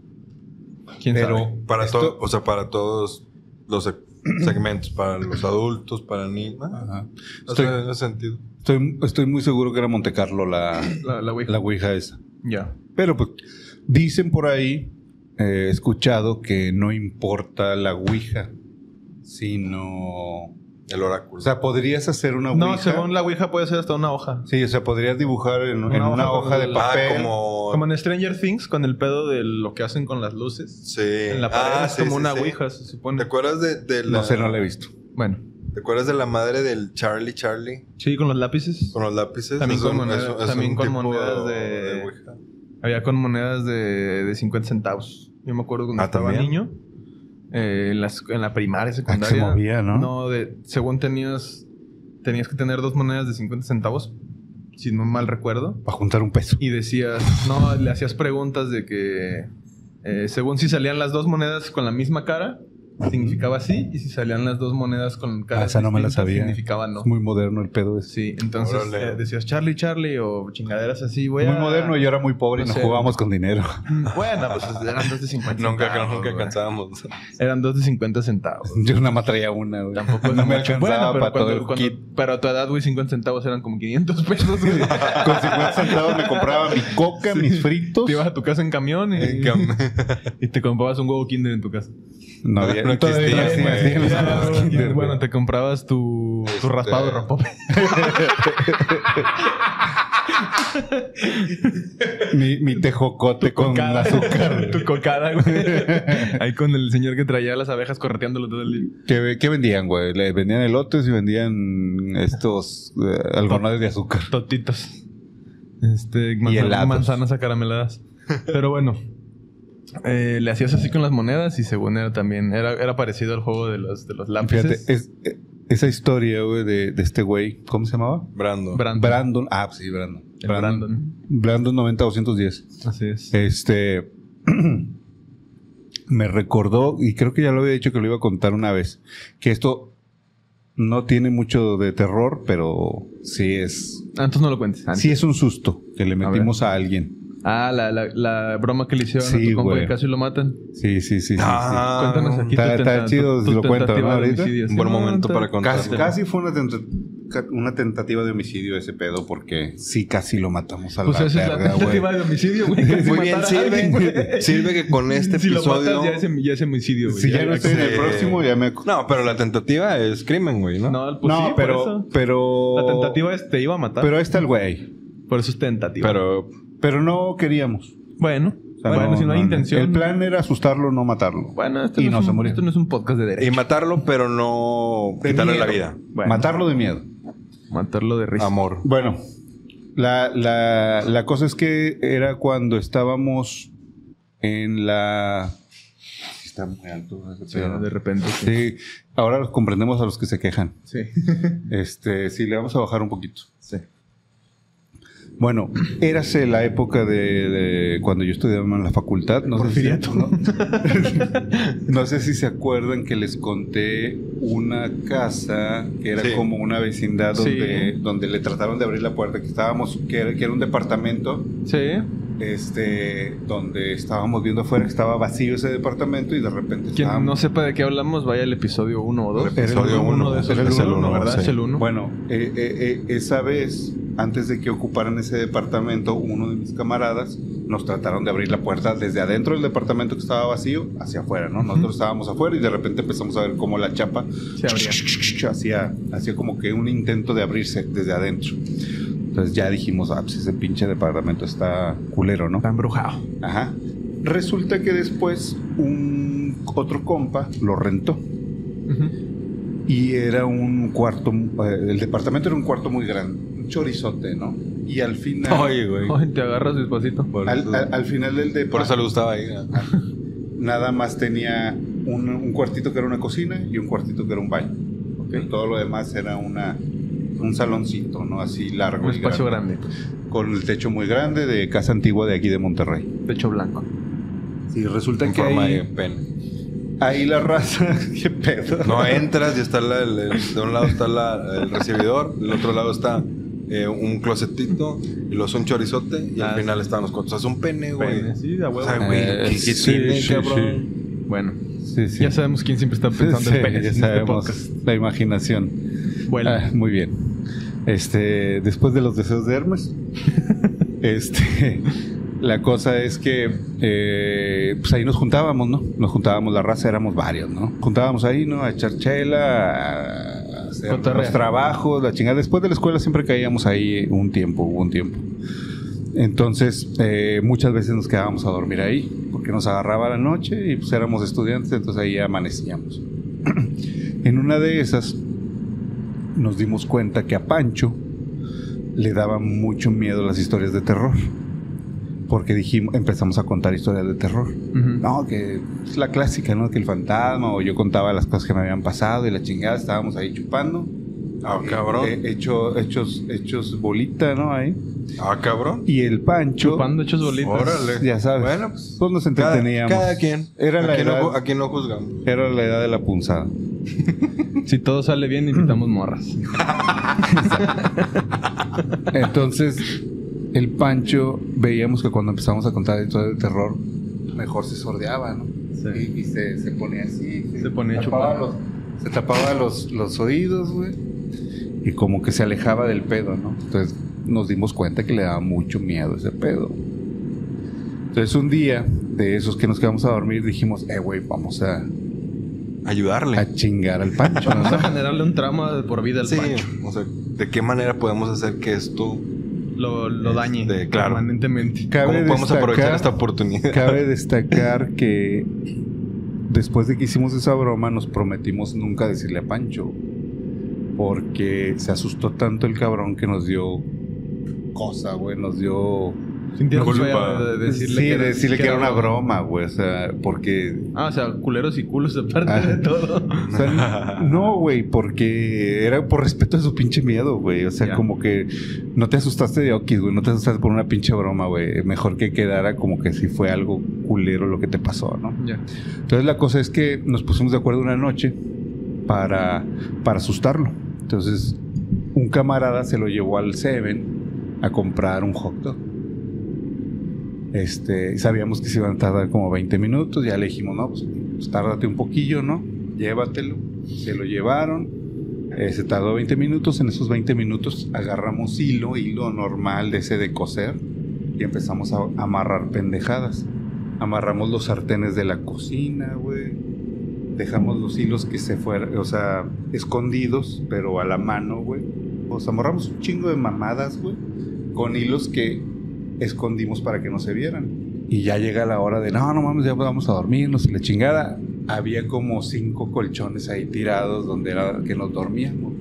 B: ¿Quién
C: Pero-
B: sabe?
D: Para
C: Esto-
D: todo, o sea, para todos los se- [clears throat] segmentos, para los adultos, para niños.
C: Ajá.
D: No
C: Estoy-
D: tiene ningún sentido.
C: Estoy, estoy muy seguro que era Monte Carlo la,
B: La, la Ouija.
C: la Ouija esa.
B: Ya.
C: Pero pues dicen por ahí, eh, he escuchado que no importa la Ouija, sino...
D: El
C: O
D: oráculo.
C: sea, podrías hacer una Ouija.
B: No, según la Ouija puede ser hasta una hoja.
C: Sí, o sea, podrías dibujar en en
B: Una
C: una,
B: hoja con
C: hoja de
B: el-
D: Ah,
C: papel.
D: como.
B: Como en Stranger Things, con el pedo de lo que hacen con las luces.
D: Sí.
B: En la pared
D: Ah,
B: es
D: sí,
B: como
D: sí,
B: una
D: sí.
B: Ouija, se
D: ¿Te
B: supone.
D: acuerdas de, de la.
C: No sé, no la he visto.
B: Bueno.
D: ¿Te acuerdas de la madre del Charlie Charlie?
B: Sí, con los lápices.
D: Con los lápices.
B: También
D: Es
B: con
D: un-
B: monedas-
D: es un- es
B: también
D: un
B: con
D: tipo
B: monedas de-
D: Ouija.
B: Había con monedas de, de 50 centavos. Yo me acuerdo cuando
D: Ah,
B: estaba
D: ¿también?
B: niño. eh, en, la, escu- en la primaria,
C: Ah, que se
B: secundaria.
C: movía, ¿no?
B: No, de, según tenías... Tenías que tener dos monedas de 50 centavos. Si no mal recuerdo.
C: Para juntar un peso.
B: Y decías... No, le hacías preguntas de que... eh, según si salían las dos monedas con la misma cara... Significaba sí. Y si salían las dos monedas con cara...
C: Ah, esa no me la sabía.
B: Significaba no.
C: Es muy moderno el pedo ese.
B: Sí, entonces
D: Órale.
B: eh, decías Charlie, Charlie o chingaderas así. Voy
C: muy
B: a-
C: moderno, yo era muy pobre y
B: no
C: nos
B: sé.
C: jugábamos con dinero. [laughs]
B: [clears throat] Bueno, pues eran dos de 50
D: Nunca,
B: centavos,
D: nunca
B: güey.
D: cansábamos.
B: Eran dos de 50 centavos.
C: Yo nada más traía una, güey.
B: Tampoco
C: [laughs] no
B: es
C: me
B: mucho.
C: alcanzaba
B: Bueno, pero
C: para todo
B: cuando-
C: el
B: cuando-
C: kit.
B: Pero a tu edad, güey, 50 centavos eran como 500 pesos,
C: [laughs]
B: güey.
C: Con 50 centavos me compraba mi coca, mis fritos.
B: Te ibas a tu casa en camión y,
D: En cam-
B: [laughs] y te comprabas un huevo kinder en tu casa.
C: No
D: No,
C: había,
D: no
C: todavía no
D: existían, güey.
C: existían los
D: Ya,
C: huevos
D: güey.
C: Kinder, güey. Este,
B: bueno, te comprabas tu, tu raspado de rompope.
C: Mi, mi tejocote con, azúcar.
B: [laughs] Tu cocada,
C: [laughs]
B: güey. Ahí con el señor que traía las abejas correteándolo todo el día.
C: ¿Qué, qué vendían, güey? Le vendían elotes y vendían estos eh, algodones de azúcar.
B: Totitos. Este, manzana-
C: helados.
B: manzanas acarameladas. Pero bueno, eh, le hacías así con las monedas y según era también, era, era parecido al juego de los, de los
C: Fíjate,
B: lápices.
C: es- eh, esa historia, güey, de, de este güey, ¿cómo se llamaba?
D: Brando.
B: Brandon.
C: Brandon. Ah, sí, Brandon.
B: El Brandon.
C: Brandon 90210.
B: Así es.
C: Este. [clears throat] me recordó, y creo que ya lo había dicho que lo iba a contar una vez, que esto no tiene mucho de terror, pero sí es.
B: Antes Ah, no lo cuentes.
C: Sí es un susto que le
B: ver.
C: metimos a, alguien.
B: Ah, la, la, la broma que le hicieron a
C: Sí,
B: tu compa
C: güey.
B: que casi lo matan.
C: Sí, sí, sí. sí,
D: Ah,
B: Cuéntanos aquí. tu
C: Está- está
B: tenta-
C: chido
B: tu-
C: si
B: tu
C: lo cuento,
B: tentativa
C: ¿no?
B: de
C: Ahorita.
B: homicidio.
D: Un
B: Sí,
D: buen
B: no,
D: momento
B: está-
D: para
C: sí.
D: contar.
C: Casi, casi fue una, tenta- ca- una tentativa de homicidio ese pedo, porque sí casi lo matamos a
B: Pues
C: la
B: esa es la
C: verga, güey.
B: tentativa de homicidio,
C: [laughs]
B: güey. que
D: Muy
B: matar
D: bien,
B: a alguien,
D: sirve.
B: güey.
D: Sirve que
B: [laughs]
D: con este
B: si lo
D: episodio.
B: matas ya es, ya es homicidio, güey.
C: Si ya no estoy en
D: Sí.
C: el próximo, ya me.
D: No, pero la tentativa es crimen, güey, ¿no?
B: No, pues sí,
C: No,
B: por
C: pero,
B: eso.
C: pero.
B: La tentativa es te iba a matar.
C: Pero ahí está el güey.
B: por eso es tentativa.
D: Pero
C: Pero no queríamos.
B: bueno,
C: O sea,
B: bueno, si no hay intención.
C: El plan era asustarlo, no matarlo.
B: Bueno, esto,
C: Y
B: no
C: no
B: es
C: se
B: un,
C: murió.
B: esto no es un podcast de
D: y
B: derecho.
D: matarlo, pero no
C: De
D: quitarle
C: miedo.
D: la vida.
B: Bueno.
C: Matarlo de miedo.
B: Matarlo de risa.
D: Amor.
C: Bueno, la, la- la cosa es que era cuando estábamos en la. Está muy alto. ese
B: Sí,
C: pedo.
B: de repente. Sí.
C: Sí, ahora los comprendemos a los que se quejan.
B: Sí.
C: Este, sí, le vamos a bajar un poquito.
B: Sí.
C: Bueno, érase la época de, de cuando yo estudiaba en la facultad. No sé, si, no, no sé si se acuerdan que les conté una casa que era
D: Sí.
C: como una vecindad
B: Sí.
C: donde, donde le trataron de abrir la puerta, que estábamos, que era, que era un departamento, este, donde estábamos viendo afuera que estaba vacío ese departamento y de repente
B: Quien
C: estábamos-
B: no sepa de qué hablamos, vaya al episodio 1 o 2.
C: Era el
D: Episodio
C: uno,
D: uno,
B: de esos.
D: era el
B: Es el
D: uno,
B: uno, ¿verdad?
D: sí.
B: Es el 1.
C: Bueno, eh, eh, eh, esa vez, antes de que ocuparan ese departamento, uno de mis camaradas nos trataron de abrir la puerta desde adentro del departamento que estaba vacío hacia afuera, ¿no? Nosotros estábamos afuera y de repente empezamos a ver cómo la chapa
B: Se abría.
C: hacía, hacía como que un intento de abrirse desde adentro. Entonces ya dijimos, ah, pues ese pinche departamento está culero, ¿no?
B: Está embrujado.
C: Ajá. Resulta que después un otro compa lo rentó.
B: Ujú.
C: Y era un cuarto, eh, el departamento era un cuarto muy grande, un chorizote, ¿no? Y al final,
D: Oye, güey.
B: Oye, te agarras despacito.
D: Por,
C: al,
D: eso,
C: al- al final del
D: por eso
C: departamento
D: le gustaba ahí.
C: nada más tenía un, un cuartito que era una cocina y un cuartito que era un baño.
B: Ok.
C: Todo lo demás era una un saloncito, ¿no? Así largo,
B: Un
C: y
B: espacio
C: grande,
B: grande.
C: con el techo muy grande de casa antigua de aquí de Monterrey.
B: Pecho blanco.
C: Sí, resulta
D: En
C: que
D: forma de
C: ahí,
D: pene.
C: ahí la raza, [laughs] qué pedo. [laughs]
D: No entras y está la- el- el- de un lado está la- el recibidor, del otro lado está eh, un closetito, y luego es un chorizote, y
B: Ah,
D: al final están los cuantos. O sea, es un pene, güey.
B: Pene, sí, de a
D: O
B: huevo.
D: sea, güey,
C: Eh,
D: ¿qué- qué
C: sí,
D: tiene,
C: sí,
D: cabrón?
B: Bueno,
C: Sí, sí.
B: ya sabemos quién siempre está pensando
C: Sí,
B: en penes.
C: ya
B: en este
C: sabemos
B: podcast.
C: la imaginación.
B: Bueno,
C: Ah, muy bien. Este, después de los deseos de Hermes, este, [laughs] la cosa es que eh, pues ahí nos juntábamos, ¿no? Nos juntábamos la raza, éramos varios, ¿no? Juntábamos ahí, ¿no? A echar chela, a hacer
B: Cotorrear.
C: los trabajos, la chingada. Después de la escuela siempre caíamos ahí un tiempo, hubo un tiempo. Entonces, eh, muchas veces nos quedábamos a dormir ahí, porque nos agarraba la noche y pues éramos estudiantes, entonces ahí amanecíamos. [clears throat] en una de esas, nos dimos cuenta que a Pancho le daba mucho miedo las historias de terror. Porque dijimos, empezamos a contar historias de terror.
B: ujú.
C: No, que es la clásica, ¿no? Que el fantasma, o yo contaba las cosas que me habían pasado y la chingada, estábamos ahí chupando.
D: Ah, cabrón.
C: Eh, hecho, hechos, hechos bolita, ¿no? Ahí.
D: Ah, cabrón.
C: Y el Pancho.
B: Chupando hechos bolitas.
D: Órale.
C: Ya sabes.
D: Bueno, pues.
C: Pues nos
D: Cada,
C: entreteníamos.
D: cada quien.
C: Era la
D: aquí, no,
C: edad.
D: ju- aquí no juzgamos.
C: Era la edad de la punzada.
B: Si todo sale bien,
C: [clears throat]
B: invitamos morras.
C: Entonces, el Pancho, veíamos que cuando empezamos a contar historias de terror, mejor se sordeaba, ¿no?
B: Sí.
C: Y, y se, se ponía así.
B: Se ponía
C: tapaba
B: chupando.
C: los- Se tapaba los, los oídos, güey. Y como que se alejaba del pedo, ¿no? Entonces nos dimos cuenta que le daba mucho miedo ese pedo. Entonces un día, de esos que nos quedamos a dormir, dijimos, eh, güey, vamos a,
D: Ayudarle.
C: a chingar al Pancho,
D: [laughs]
B: Vamos
C: ¿no?
B: a generarle un trauma de por vida al
D: Sí,
B: Pancho.
D: o sea, ¿de qué manera podemos hacer que esto
B: lo, lo dañe
D: Este, claro.
B: permanentemente.
C: Cabe
D: ¿Cómo podemos
C: destacar-
D: aprovechar esta oportunidad?
C: Cabe destacar que después de que hicimos esa broma nos prometimos nunca decirle a Pancho. Porque se asustó tanto el cabrón que nos dio cosa, güey. Nos dio...
B: Sintieron
D: Culpa.
B: feo de- de decirle
C: sí,
B: que era,
C: decirle que era una
B: broma.
C: broma, güey. O sea, porque...
B: Ah, o sea, culeros y culos aparte
C: Ah.
B: de
C: [laughs]
B: todo.
C: o sea, no, güey, porque era por respeto de su pinche miedo, güey. O sea,
B: Ya.
C: como que no te asustaste de Oki, güey. No te asustaste por una pinche broma, güey. Mejor que quedara como que si fue algo culero lo que te pasó, ¿no?
B: Ya.
C: Entonces la cosa es que nos pusimos de acuerdo una noche para, para asustarlo. Entonces un camarada se lo llevó al Seven a comprar un hot dog. Este, sabíamos que se iban a tardar como 20 minutos, ya le dijimos, no, pues, pues, tárdate un poquillo, ¿no? Llévatelo. Se lo llevaron, eh, se tardó 20 minutos, en esos 20 minutos agarramos hilo, hilo normal de ese de coser y empezamos a amarrar pendejadas. Amarramos los sartenes de la cocina, güey. Dejamos los hilos que se fueran, o sea, escondidos, pero a la mano, güey. Nos amarramos un chingo de mamadas, güey, con hilos que escondimos para que no se vieran. Y ya llega la hora de, no, no mames, ya vamos a dormirnos, y la chingada. Había como cinco colchones ahí tirados donde era que nos dormíamos.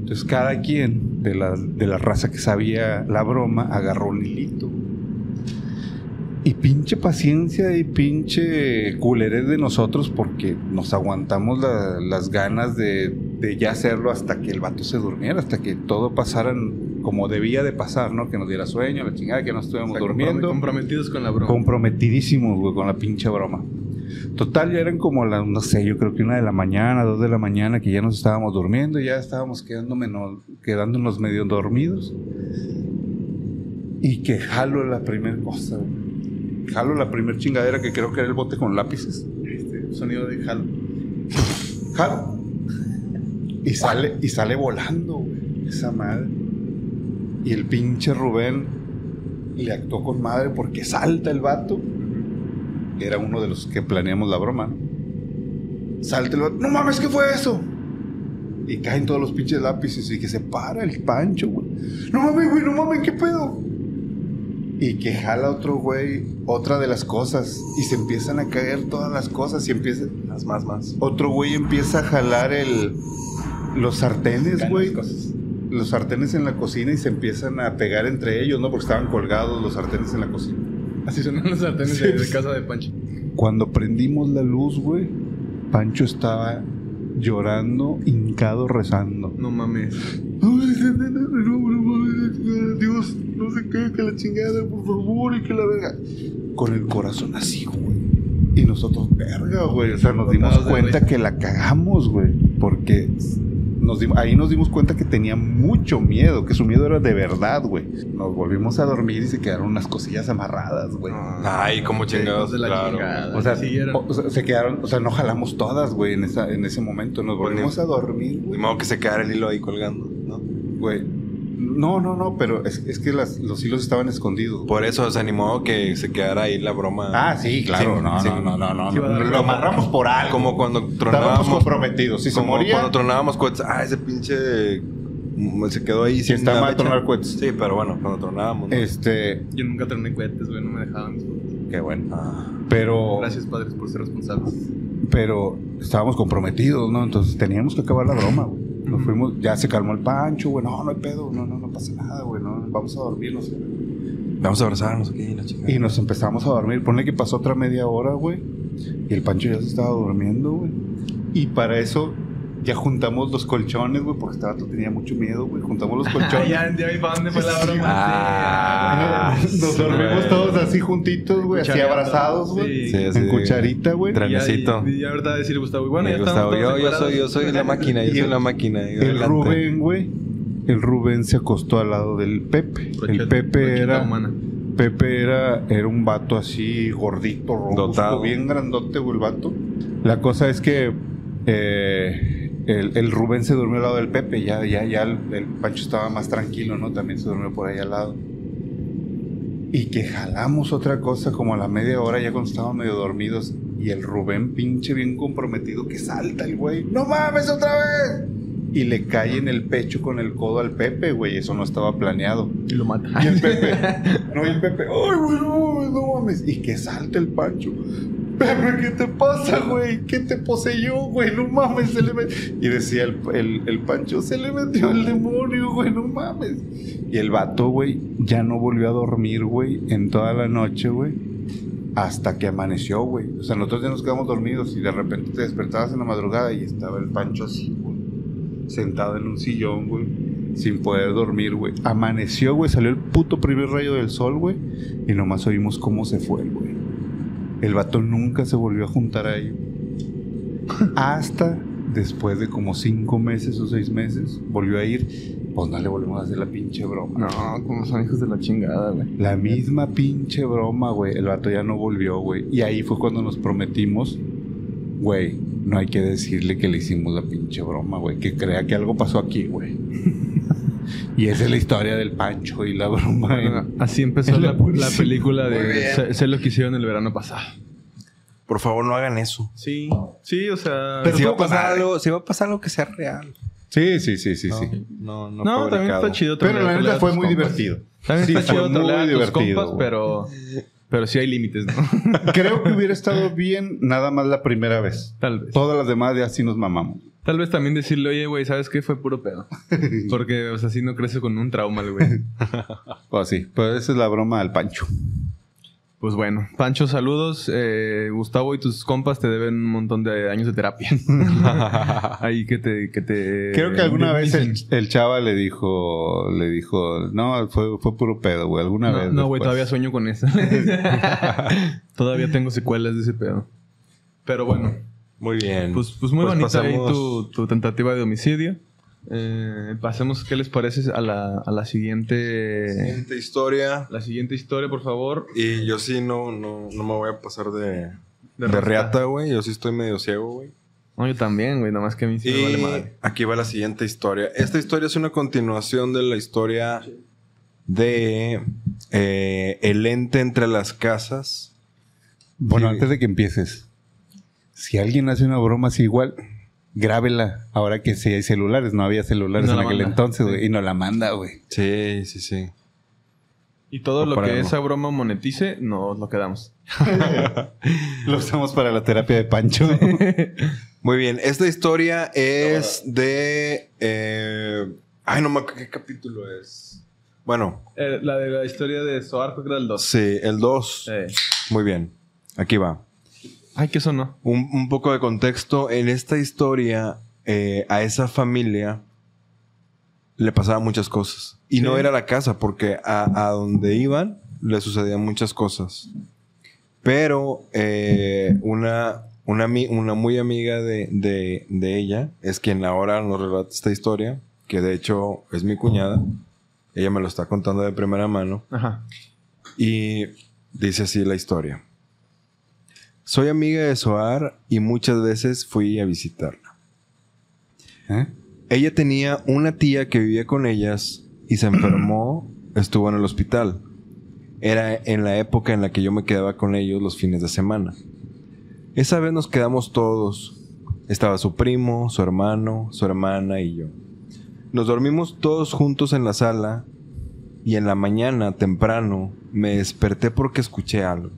C: Entonces cada quien de la, de la raza que sabía la broma agarró un hilito. Y pinche paciencia y pinche culerés de nosotros porque nos aguantamos la- las ganas de, de ya hacerlo hasta que el vato se durmiera, hasta que todo pasara como debía de pasar, ¿no? Que nos diera sueño, la chingada, que no estuviéramos
B: O sea,
C: durmiendo.
B: compromet- Comprometidos con la broma.
C: Comprometidísimos, güey, con la pinche broma. Total, ya eran como las, no sé, yo creo que una de la mañana, dos de la mañana, que ya nos estábamos durmiendo, ya estábamos quedándome no- quedándonos medio dormidos. Y que jalo la primera cosa, güey. Jalo la primera chingadera que creo que era el bote con lápices. Este,
B: Sonido de jalo.
C: Jalo. Y sale, y sale volando, güey, esa madre. Y el pinche Rubén le actuó con madre porque salta el vato. Era uno de los que planeamos la broma. ¿no? Salta el vato. ¡No mames, qué fue eso! Y caen todos los pinches lápices y que se para el pancho, güey. ¡No mames, güey! ¡No mames, qué pedo! Y que jala otro güey otra de las cosas. Y se empiezan a caer todas las cosas y empiezan
D: Más, más, más.
C: otro güey empieza a jalar el los sartenes, güey. Los sartenes en la cocina y se empiezan a pegar entre ellos, ¿no? Porque estaban colgados los sartenes en la cocina.
B: Así sonan los sartenes de, de casa de Pancho.
C: Cuando prendimos la luz, güey, Pancho estaba llorando, hincado, rezando.
B: No mames.
C: Dios, no sé qué, que la chingada, por favor, y que la verga. Con el corazón así, güey. Y nosotros, verga, güey. O sea, nos dimos
B: Botados de
C: cuenta
B: risa.
C: que la cagamos, güey. Porque nos dim- ahí nos dimos cuenta que tenía mucho miedo, que su miedo era de verdad, güey. Nos volvimos a dormir y se quedaron unas cosillas amarradas, güey.
D: Ay, como chingados.
B: de la
D: claro.
B: chingada.
C: Ah, O sea,
B: Siguieron.
C: o- o sea, se quedaron, o sea, no jalamos todas, güey, en, esa, en ese momento. Nos
D: Pues ni-
C: volvimos a dormir,
D: De
C: güey.
D: modo que se quedara el hilo ahí colgando, ¿no?
C: Güey, No, no, no, pero es, es que las- los hilos estaban escondidos.
D: Por eso se animó que se quedara ahí la broma.
C: Ah, sí, claro.
D: Sí,
C: no,
D: sí.
C: no, no, no, no,
B: Sí, va a dar
C: Lo
D: como-
C: amarramos por algo.
D: Como cuando
C: Estábamos
D: tronábamos.
C: comprometidos. Si se
D: como
C: moría,
D: cuando tronábamos cohetes. Ah, ese pinche. mm, Se quedó ahí
C: si
D: sin
C: está
D: la
C: mal
D: mecha.
C: tronar cohetes.
D: Sí, pero bueno, cuando tronábamos. ¿no?
C: Este,
B: Yo nunca troné cohetes, güey. No me dejaban.
C: qué bueno.
D: Ah,
C: Pero,
B: Gracias, padres, por ser responsables.
C: pero estábamos comprometidos, ¿no? Entonces teníamos que acabar la broma, güey. Nos fuimos, ya se calmó el pancho, güey. No, no hay pedo, no, no, no pasa nada, güey. No, vamos a dormirnos.
D: Vamos a abrazarnos aquí, la chingada.
C: Y nos empezamos a dormir. Ponle que pasó otra media hora, güey. Y el Pancho ya se estaba durmiendo, güey. Y para eso ya juntamos los colchones, güey, porque este vato tenía mucho miedo, güey. Juntamos
D: [laughs]
C: los colchones.
B: ya, ya vi para dónde fue la broma.
D: Ah,
B: sí.
C: Nos dormimos
B: güey.
C: todos así juntitos, güey, así
B: Cuchareando.
C: abrazados, güey.
D: Sí, así
C: En
D: de-
C: cucharita, güey.
D: Tra-
B: Y ya,
D: Trenecito.
B: y, y ya verdad decir Gustavo, y bueno,
D: Me
B: ya
D: gustaba.
B: estamos
D: Yo,
B: todos
D: yo soy, yo
B: separados.
D: soy la máquina, yo
C: Y
D: soy
C: el-
D: la máquina. yo
C: El
D: adelante.
C: Rubén, güey. El Rubén se acostó al lado del Pepe.
B: Brocheta-
C: El Pepe
B: brocheta
C: era.
B: humana.
C: Pepe era, era un vato así gordito, robusto,
D: Dotado.
C: bien grandote, güey, el vato. La cosa es que eh, el, el Rubén se durmió al lado del Pepe, ya, ya, ya el, el Pancho estaba más tranquilo, ¿no? También se durmió por ahí al lado. Y que jalamos otra cosa como a la media hora, ya cuando estábamos medio dormidos. Y el Rubén, pinche bien comprometido, que salta el güey. ¡No mames otra vez! y le cae en el pecho con el codo al Pepe, güey. Eso no estaba planeado.
B: Y lo mata.
C: Y el Pepe,
D: [laughs]
C: no, y el Pepe, ay, güey, no, no mames. Y que salte el Pancho. Pepe, ¿qué te pasa, güey? ¿Qué te poseyó, güey? No mames, se le metió. Y decía el, el- el Pancho, se le metió el demonio, güey, no mames. Y el vato, güey, ya no volvió a dormir, güey, en toda la noche, güey. Hasta que amaneció, güey. O sea, nosotros ya nos quedamos dormidos y de repente te despertabas en la madrugada y estaba el Pancho así, güey. Sentado en un sillón, güey. Sin poder dormir, güey. Amaneció, güey. Salió el puto primer rayo del sol, güey. Y nomás oímos cómo se fue, el güey. El vato nunca se volvió a juntar ahí. güey. Hasta después de como cinco meses o seis meses, volvió a ir. Pues no le volvemos a hacer la pinche broma.
B: No, como son hijos de la chingada, güey.
C: La misma pinche broma, güey. El vato ya no volvió, güey. Y ahí fue cuando nos prometimos, güey, no hay que decirle que le hicimos la pinche broma, güey. Que crea que algo pasó aquí, güey. y esa es la historia del Pancho y la broma. en-
B: Así empezó
C: Es la
B: la,
C: policía.
B: la película
D: Muy
B: de
D: bien.
B: sé, Sé lo que hicieron el verano pasado.
D: Por favor, no hagan eso.
B: Sí, sí, o sea.
D: Pero si va a
C: estuvo con
D: pasar
C: madre.
D: algo, si va a pasar algo que sea real.
C: Sí, sí, sí, sí, sí.
D: No, no,
B: no, también
D: fabricado.
B: está chido.
C: Pero
B: trolear-
C: la
B: trolear
C: neta
B: a
C: fue
B: tus
C: muy
B: compas.
C: divertido.
B: También
C: Sí,
B: está
C: fue
B: chido
C: muy
B: trolear a tus
C: divertido,
B: compas,
C: güey.
B: pero, pero sí hay límites, ¿no? [laughs]
C: Creo que hubiera estado bien nada más la primera vez.
B: Tal vez.
C: Todas las demás de así nos mamamos.
B: Tal vez también decirle, oye, güey, ¿sabes qué? Fue puro
D: [laughs]
B: pedo. Porque, o sea, si no crece con un trauma, el güey.
C: Pues sí, pero esa es la broma del Pancho.
B: Pues bueno, Pancho, saludos. Eh, Gustavo y tus compas te deben un montón de años de
D: [laughs]
B: terapia. Ahí que te, que te.
C: Creo que alguna vez el,
B: dicen.
C: el chava le dijo, le dijo, no, fue, fue puro pedo, güey, alguna
B: No,
C: vez.
B: no, güey,
C: después".
B: todavía sueño con esa. [laughs] todavía tengo secuelas de ese pedo. Pero bueno,
D: Muy bien.
B: pues, pues muy
D: Pues
B: bonita
D: pasamos-
B: ahí tu, tu tentativa de homicidio. Eh, pasemos, ¿qué les parece? A la, a la siguiente.
D: Siguiente historia.
B: La siguiente historia, por favor.
D: Y yo sí no, no, no me voy a pasar de, de,
B: rata.
D: reata, güey. Yo sí estoy medio ciego, güey.
B: No, yo también, güey, nada más que a mí sí me
D: Y
B: vale madre.
D: aquí va la siguiente historia. Esta historia es una continuación de la historia de eh, El ente entre las casas.
C: Bueno,
D: Sí.
C: antes de que empieces, si alguien hace una broma así igual, grábela. Ahora que sí hay celulares, no había
B: Y
C: celulares
B: no
C: en
B: la
C: aquel
B: manda.
C: entonces, güey,
B: Sí.
C: y no la manda, güey.
D: Sí, sí, sí.
B: Y todo lo que
D: Compararlo.
B: esa broma monetice, nos lo quedamos.
C: Lo usamos para la terapia de Pancho.
D: Muy bien. Esta historia es de. eh, ay, no me acuerdo qué capítulo es. Bueno,
B: Eh, la de la historia de Soar, creo que era el 2.
D: sí, el 2.
B: Eh.
D: Muy bien. Aquí va.
B: Ay, que eso no.
D: Un, un poco de contexto. En esta historia, eh, a esa familia le pasaban muchas cosas. Y no
B: Sí.
D: era la casa, porque a, a donde iban le sucedían muchas cosas. Pero eh, una, una, ami- una muy amiga de, de- de ella es quien ahora nos relata esta historia, que de hecho es mi cuñada. Ella me lo está contando de primera mano.
B: Ajá.
D: Y dice así la historia. Soy amiga de Soar y muchas veces fui a visitarla.
C: ¿Eh?
D: Ella tenía una tía que vivía con ellas y se enfermó, estuvo en el hospital. Era en la época en la que yo me quedaba con ellos los fines de semana. Esa vez nos quedamos todos. Estaba su primo, su hermano, su hermana y yo. Nos dormimos todos juntos en la sala y en la mañana temprano me desperté porque escuché algo.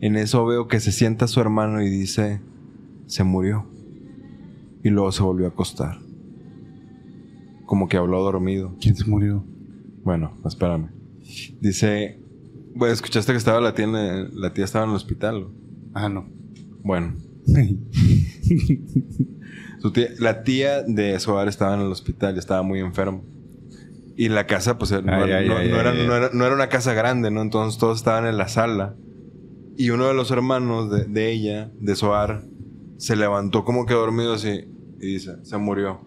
D: En eso veo que se sienta su hermano y dice, se murió. Y luego se volvió a acostar. Como que habló dormido.
C: ¿Quién se murió?
D: Bueno, espérame. Dice, bueno, escuchaste que estaba la tía, en el- la tía estaba en el hospital.
C: Ah, no.
D: Bueno, su tía- la tía de su hogar estaba en el hospital y estaba muy enfermo. Y la casa, pues, no,
C: Ay, ay,
D: no-
C: ay,
D: no
C: ay,
D: era,
C: ay.
D: no era- no era una casa grande, ¿no? Entonces todos estaban en la sala. Y uno de los hermanos de, de ella, de Soar, se levantó como que dormido así y dice, se murió.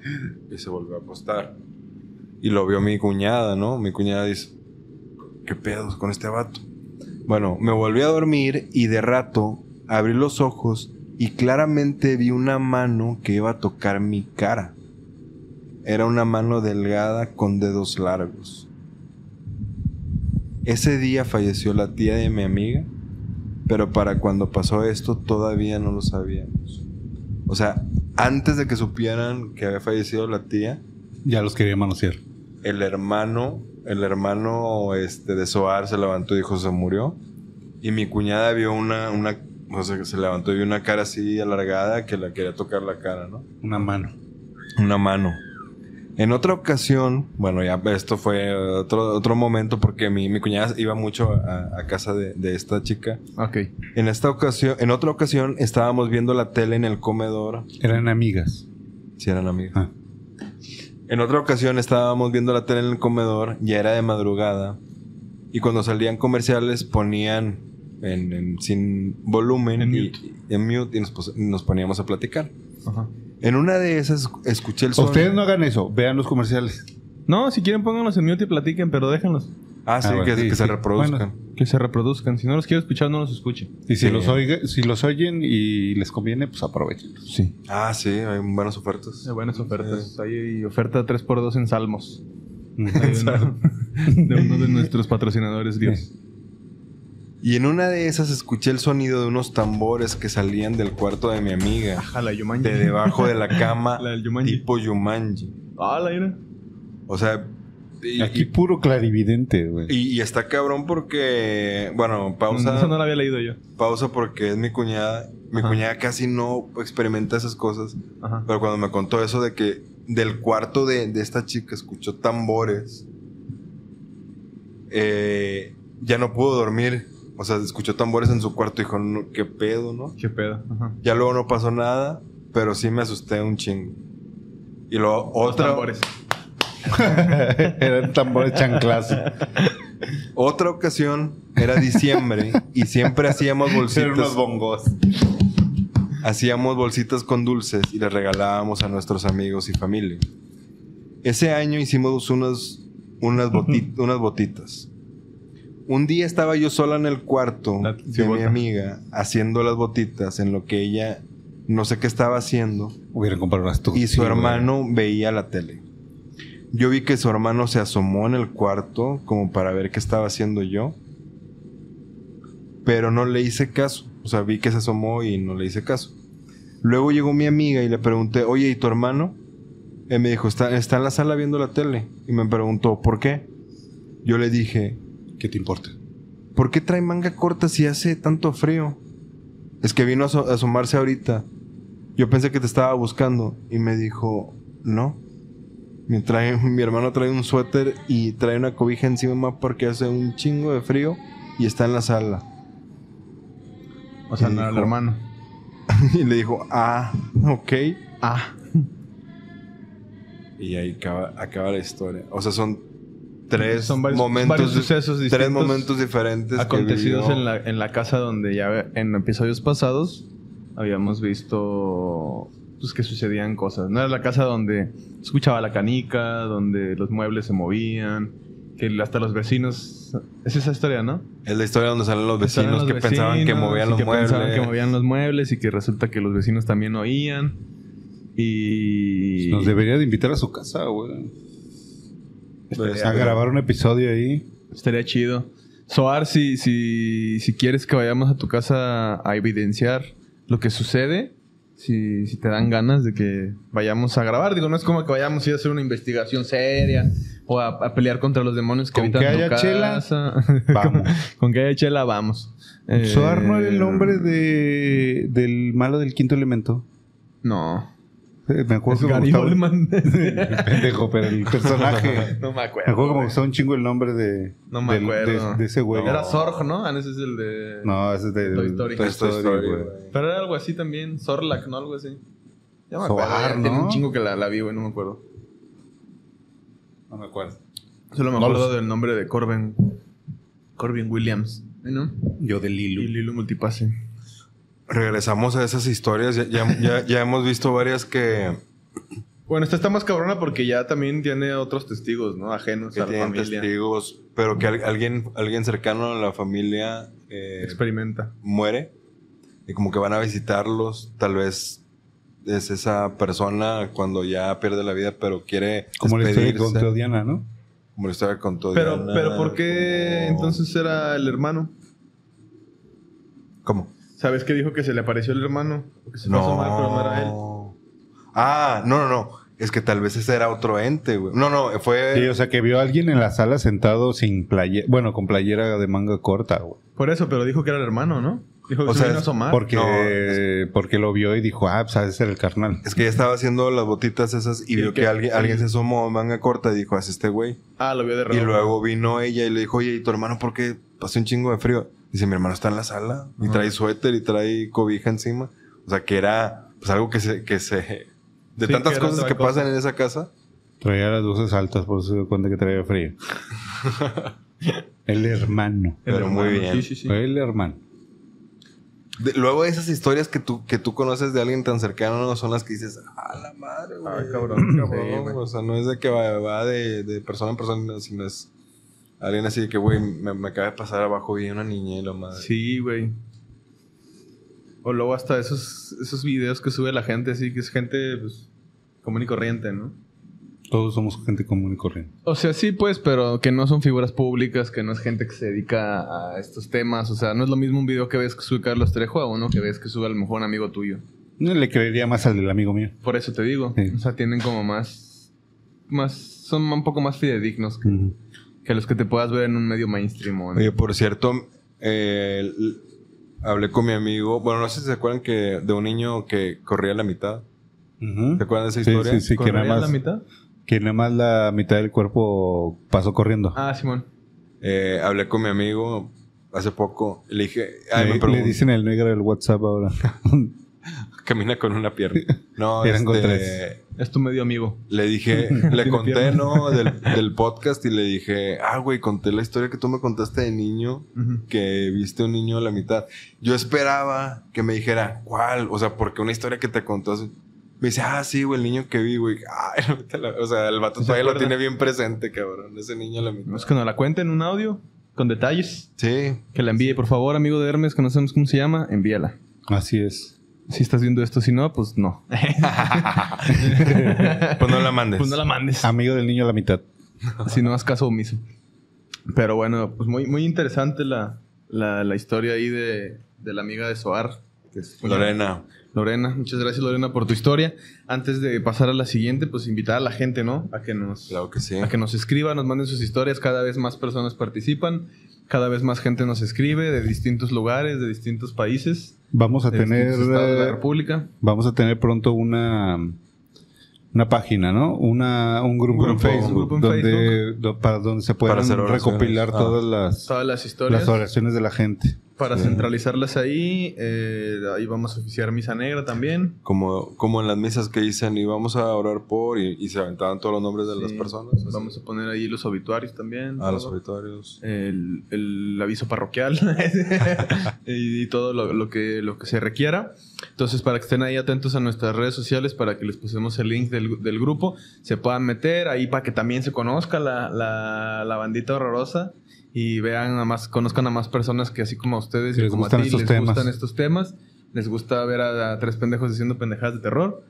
D: Y se volvió a acostar. Y lo vio mi cuñada, ¿no? Mi cuñada dice, ¿qué pedos con este vato? Bueno, me volví a dormir y de rato abrí los ojos y claramente vi una mano que iba a tocar mi cara. Era una mano delgada con dedos largos. Ese día falleció la tía de mi amiga, pero para cuando pasó esto todavía no lo sabíamos. O sea, antes de que supieran que había fallecido la tía,
C: [laughs] Ya los quería manosear.
D: el hermano, el hermano este, de Soar se levantó y dijo se murió. Y mi cuñada vio una, una, o sea, que se levantó y vio una cara así alargada que la quería tocar la cara, ¿no?
C: Una mano.
D: una mano. En otra ocasión, bueno, ya esto fue otro, otro momento porque mi, mi cuñada iba mucho a, a casa de, de esta chica.
B: Ok.
D: En esta ocasión, en otra ocasión estábamos viendo la tele en el comedor,
C: Eran amigas.
D: si eran amigos.
C: Ah.
D: En otra ocasión estábamos viendo la tele en el comedor, ya era de madrugada, y cuando salían comerciales ponían en, en- sin volumen,
B: En
D: y-
B: mute.
D: y, en mute, y nos, pos- nos poníamos a platicar.
B: Ajá.
D: En una de esas escuché el sonido.
C: Ustedes no hagan eso. Vean los comerciales.
B: No, si quieren pónganlos en mute y platiquen, pero déjenlos.
D: Ah, sí,
C: Ah, bueno,
D: que,
C: sí,
D: que se
C: sí.
D: reproduzcan.
C: Bueno,
B: Que se reproduzcan. Si no los quiero escuchar, no los escuchen.
C: Y si,
D: Sí.
C: los oiga- si los oyen y les conviene, pues aprovechen.
B: Sí.
D: Ah, sí, hay buenas
C: Eh,
D: ofertas.
B: De buenas ofertas. Hay Eh, oferta 3x2 en [laughs] Salmos.
C: Ujú.
B: [laughs] de uno de nuestros patrocinadores, Dios.
D: Y en una de esas escuché el sonido de unos tambores que salían del cuarto de mi amiga,
B: [laughs] Jala, Yumanji.
D: de debajo de la
C: [laughs]
D: cama,
B: La del Yumanji.
D: tipo Yumanji.
B: Ah, la era.
D: O sea, y,
C: Aquí puro clarividente, güey.
D: y- y está cabrón porque, bueno,
B: Mm, Esa no
D: pausa,
B: la había leído yo.
D: pausa porque es mi cuñada. Mi
B: Ajá.
D: cuñada casi no experimenta esas cosas,
B: Ajá.
D: pero cuando me contó eso de que del cuarto de, de esta chica escuchó tambores, eh, ya no pudo dormir. O sea, escuchó tambores en su cuarto y dijo, "No, ¿qué pedo, no?
B: Qué pedo. Ajá.
D: Ya luego no pasó nada, pero sí me asusté un chingo. Y luego
B: Los
D: otra,
B: tambores.
C: [laughs] Eran tambores chanclas.
D: otra ocasión era diciembre y
B: [laughs]
D: siempre hacíamos
C: Eran unos
D: bolsitas,
C: bongos.
D: hacíamos bolsitas con dulces y las regalábamos a nuestros amigos y familia. Ese año hicimos unas, unas, boti- unas botitas. Un día estaba yo sola en el cuarto
B: La
D: de mi
B: cibota.
D: amiga haciendo las botitas en lo que ella no sé qué estaba haciendo.
C: Hubieran comprado unas tú.
D: Y
C: Sí,
D: su
C: güey.
D: hermano veía la tele. Yo vi que su hermano se asomó en el cuarto como para ver qué estaba haciendo yo. Pero no le hice caso. O sea, vi que se asomó y no le hice caso. Luego llegó mi amiga y le pregunté, oye, ¿y tu hermano? Él me dijo, está, está en la sala viendo la tele. Y me preguntó, ¿por qué? Yo le dije,
C: ¿Qué te importa?
D: ¿por qué trae manga corta si hace tanto frío? Es que vino a aso- a asomarse ahorita. Yo pensé que te estaba buscando y me dijo, no. Mi, trae- [laughs] mi hermano trae un suéter y trae una cobija encima porque hace un chingo de frío y está en la sala. [laughs]
B: O sea,
D: Y
B: no era el
D: dijo-
B: hermano.
D: y le dijo, ah, ok.
B: Ah.
D: Y ahí acaba, acaba la historia. O sea, son tres
B: Son varios-
D: momentos,
B: varios
D: di-
B: sucesos
D: tres
B: distintos
D: momentos diferentes que
B: Acontecidos
D: vivió.
B: en la, en la casa donde ya en episodios pasados habíamos visto pues, que sucedían cosas. No era la casa donde escuchaba la canica, donde los muebles se movían, que hasta los vecinos... Es esa historia, ¿no?
D: Es la historia donde salen los
B: Estaban
D: vecinos
B: los
D: que pensaban que
B: vecinos
D: movían
B: y
D: los
B: que
D: muebles.
B: pensaban que movían los muebles y que resulta que los vecinos también oían. Y...
C: Nos debería de invitar a su casa, güey.
D: Pues,
C: A grabar un episodio
B: [laughs]
C: ahí.
B: Estaría chido. Soar, si, si, si quieres que vayamos a tu casa a evidenciar lo que sucede, si, si te dan ganas de que vayamos a grabar, digo, no es como que vayamos a ir a hacer una investigación seria o a, a pelear contra los demonios que
C: Con
B: habitan
C: que
B: tu
C: haya chela,
B: casa. [laughs]
C: Vamos.
B: Con que haya chela, vamos. Eh,
C: Soar no era el nombre de, del malo del quinto elemento.
B: No.
C: Eh, Me
B: Es
C: acuerdo que me
B: Gary
C: gustaba- [laughs]
B: Oldman.
C: El pendejo, pero el
B: [laughs]
C: personaje.
B: no me acuerdo.
C: Me acuerdo que me
B: güey.
C: gustaba un chingo el nombre de,
B: No me
C: del-
B: acuerdo.
C: de, de ese güey.
B: Era Sorg, ¿no? Ah, ese es el de...
C: No, ese es de
B: Toy Story.
C: Toy
D: Toy
C: Story,
D: Story,
C: güey.
D: güey.
B: Pero era algo así también, Zorlac, ¿no? Algo así. Ya me
C: Soar,
B: acuerdo. ya Tiene
C: ¿no?
B: un chingo que la, la vi, güey, no me acuerdo.
C: No me acuerdo.
B: Solo me
C: No lo
D: pues.
B: acuerdo del nombre de Corbin. Corbin Williams, ¿no?
C: Yo de
B: Y
C: Lilu.
B: Lilo Multipase.
D: Regresamos a esas historias. Ya, ya- ya- ya hemos visto varias que,
B: Bueno, esta está más cabrona porque ya también tiene otros testigos, ¿no? Ajenos
D: que
B: a la
D: tienen
B: familia.
D: testigos, pero que al- alguien, alguien cercano a la familia eh,
B: Experimenta.
D: muere y como que van a visitarlos. Tal vez es esa persona cuando ya pierde la vida, pero quiere
C: Como la historia con
D: despedirse.
C: Claudiana, ¿no?
D: Como la historia con todo.
B: Pero, pero ¿por qué entonces era el hermano?
D: ¿Cómo?
B: ¿Sabes qué dijo que se le apareció el hermano? Que se fue a asomar, pero no era él.
D: No. Ah, no, no, no. Es que tal vez ese era otro ente, güey. No, no, fue.
C: Sí, o sea, que vio a alguien en la sala sentado sin playera, bueno, con playera de manga corta, güey.
B: Por eso, pero dijo que era el hermano, ¿no? Dijo que
D: O
B: se
D: sea,
B: vino a asomar.
C: Porque,
D: no, es-
C: porque lo vio y dijo, ah, pues ha de ser el carnal.
D: Es que ya estaba haciendo las botitas esas y
B: Y
D: vio
B: que-
D: que, alguien, alguien se asomó manga corta y dijo, haz este güey.
B: Ah, lo vio de
D: Y
B: reojo.
D: luego vino ella y le dijo, oye, ¿y tu hermano por qué pasó un chingo de frío? Dice, mi hermano está en la sala y
B: Ajá.
D: trae suéter y trae cobija encima. O sea, que era pues algo que se... Que se de
B: Sí, que
D: tantas
B: era
D: cosas
B: otra
D: que
B: cosa.
D: pasan en esa casa.
C: Traía las luces altas, por eso se dio cuenta que
B: [laughs]
C: traía frío. el hermano.
B: El
D: Pero muy
B: hermano,
D: bien.
B: Sí, sí, sí.
C: El hermano.
D: De- luego esas historias que tú, que tú conoces de alguien tan cercano son las que dices, a la madre, güey.
B: Ah, cabrón, cabrón,
D: Sí,
B: güey.
D: o sea, no es de que va, va de, de persona en persona, sino es alguien así de que, güey, me, me acaba de pasar abajo vi una niña y la madre.
B: Sí, güey. O luego hasta esos, esos videos que sube la gente, así que es gente pues, común y corriente, ¿no?
C: Todos somos gente común y corriente.
B: O sea, sí, pues, pero que no son figuras públicas, que no es gente que se dedica a estos temas. O sea, no es lo mismo un video que ves que sube Carlos Trejo a uno que ves que sube a lo mejor un amigo tuyo.
C: No le creería más al del amigo mío.
B: Por eso te digo.
C: Sí.
B: O sea, tienen como más. más Son un poco más fidedignos que, que los que te puedas ver en un medio mainstream. o en-
D: Oye, por cierto, eh, l- hablé con mi amigo. Bueno, no sé si se acuerdan que de un niño que corría a la mitad.
C: Ujú.
D: ¿Se acuerdan de esa
C: Sí,
D: historia?
C: sí, sí, que
B: ¿Correrías
C: nada,
B: la
C: más,
B: mitad?
C: que nada más la mitad del cuerpo pasó corriendo.
B: Ah, Simón.
D: Eh, hablé con mi amigo hace poco. Le dije, ay,
C: le,
D: me
C: le
D: preguntó,
C: dicen el negro del WhatsApp
B: [laughs]
C: ahora.
D: camina con una
C: [laughs]
D: pierna. No,
C: Eran con
D: este,
C: tres.
B: Es tu medio amigo.
C: [laughs]
D: Le dije, le
B: Tiene
D: conté,
B: pierna.
D: ¿no? Del, del podcast y le dije, ah, güey, conté la historia que tú me contaste de niño.
B: Ujú.
D: que viste un niño a la mitad. Yo esperaba que me dijera, ¿cuál? O sea, porque una historia que te contó hace- Me dice, ah, sí, güey, el niño que vi, güey. [laughs] Ay, no te la- o sea, el vato
B: ¿Se
D: todavía lo
B: acuerda?
D: tiene bien presente, cabrón. Ese niño a la mitad.
B: Es que nos la cuenten en un audio con detalles.
D: Sí.
B: Que la envíe, por favor, amigo de Hermes, que no sabemos cómo se llama, envíala.
C: Así es.
B: Si estás viendo esto, si no, pues no.
D: Pues no la mandes.
B: Pues no la mandes.
C: Amigo del niño a la mitad.
B: si no haz caso omiso. Pero bueno, pues muy, muy interesante la, la, la historia ahí de, de la amiga de Soar. que es-
D: [laughs] Lorena.
B: Lorena, muchas gracias Lorena por tu historia. Antes de pasar a la siguiente, pues invitar a la gente, ¿no? A que nos,
D: Claro que sí.
B: a que nos escriba, nos manden sus historias, cada vez más personas participan, cada vez más gente nos escribe de distintos lugares, de distintos países,
C: Vamos a
B: de
C: tener.
B: distintos estados de la
C: eh,
B: República.
C: vamos a tener pronto una una página, ¿no? Una, un grupo,
B: grupo,
C: en Facebook,
B: un grupo en
C: donde, do- para donde se puedan
D: Para hacer oraciones.
C: recopilar
D: Ah.
C: todas las,
B: Todas las historias
C: las oraciones de la gente.
B: para
D: Sí.
B: centralizarlas ahí. eh, ahí vamos a oficiar misa negra también.
D: Como, como en las misas que dicen, y vamos a orar por, y, y se aventaban todos los nombres de las
B: Sí.
D: personas. así.
B: Vamos a poner ahí los obituarios también.
D: a los
B: todo.
D: auditorios.
B: el, el aviso parroquial [laughs] y, y todo lo, lo que, lo que se requiera. Entonces, para que estén ahí atentos a nuestras redes sociales, para que les pusemos el link del, del grupo, se puedan meter ahí para que también se conozca la, la, la bandita horrorosa y vean a más, conozcan a más personas que así como a ustedes y
C: Les
B: como a
C: gustan
B: ti,
C: estos
B: les
C: temas.
B: gustan estos temas, les gusta ver a, a tres pendejos diciendo pendejadas de terror.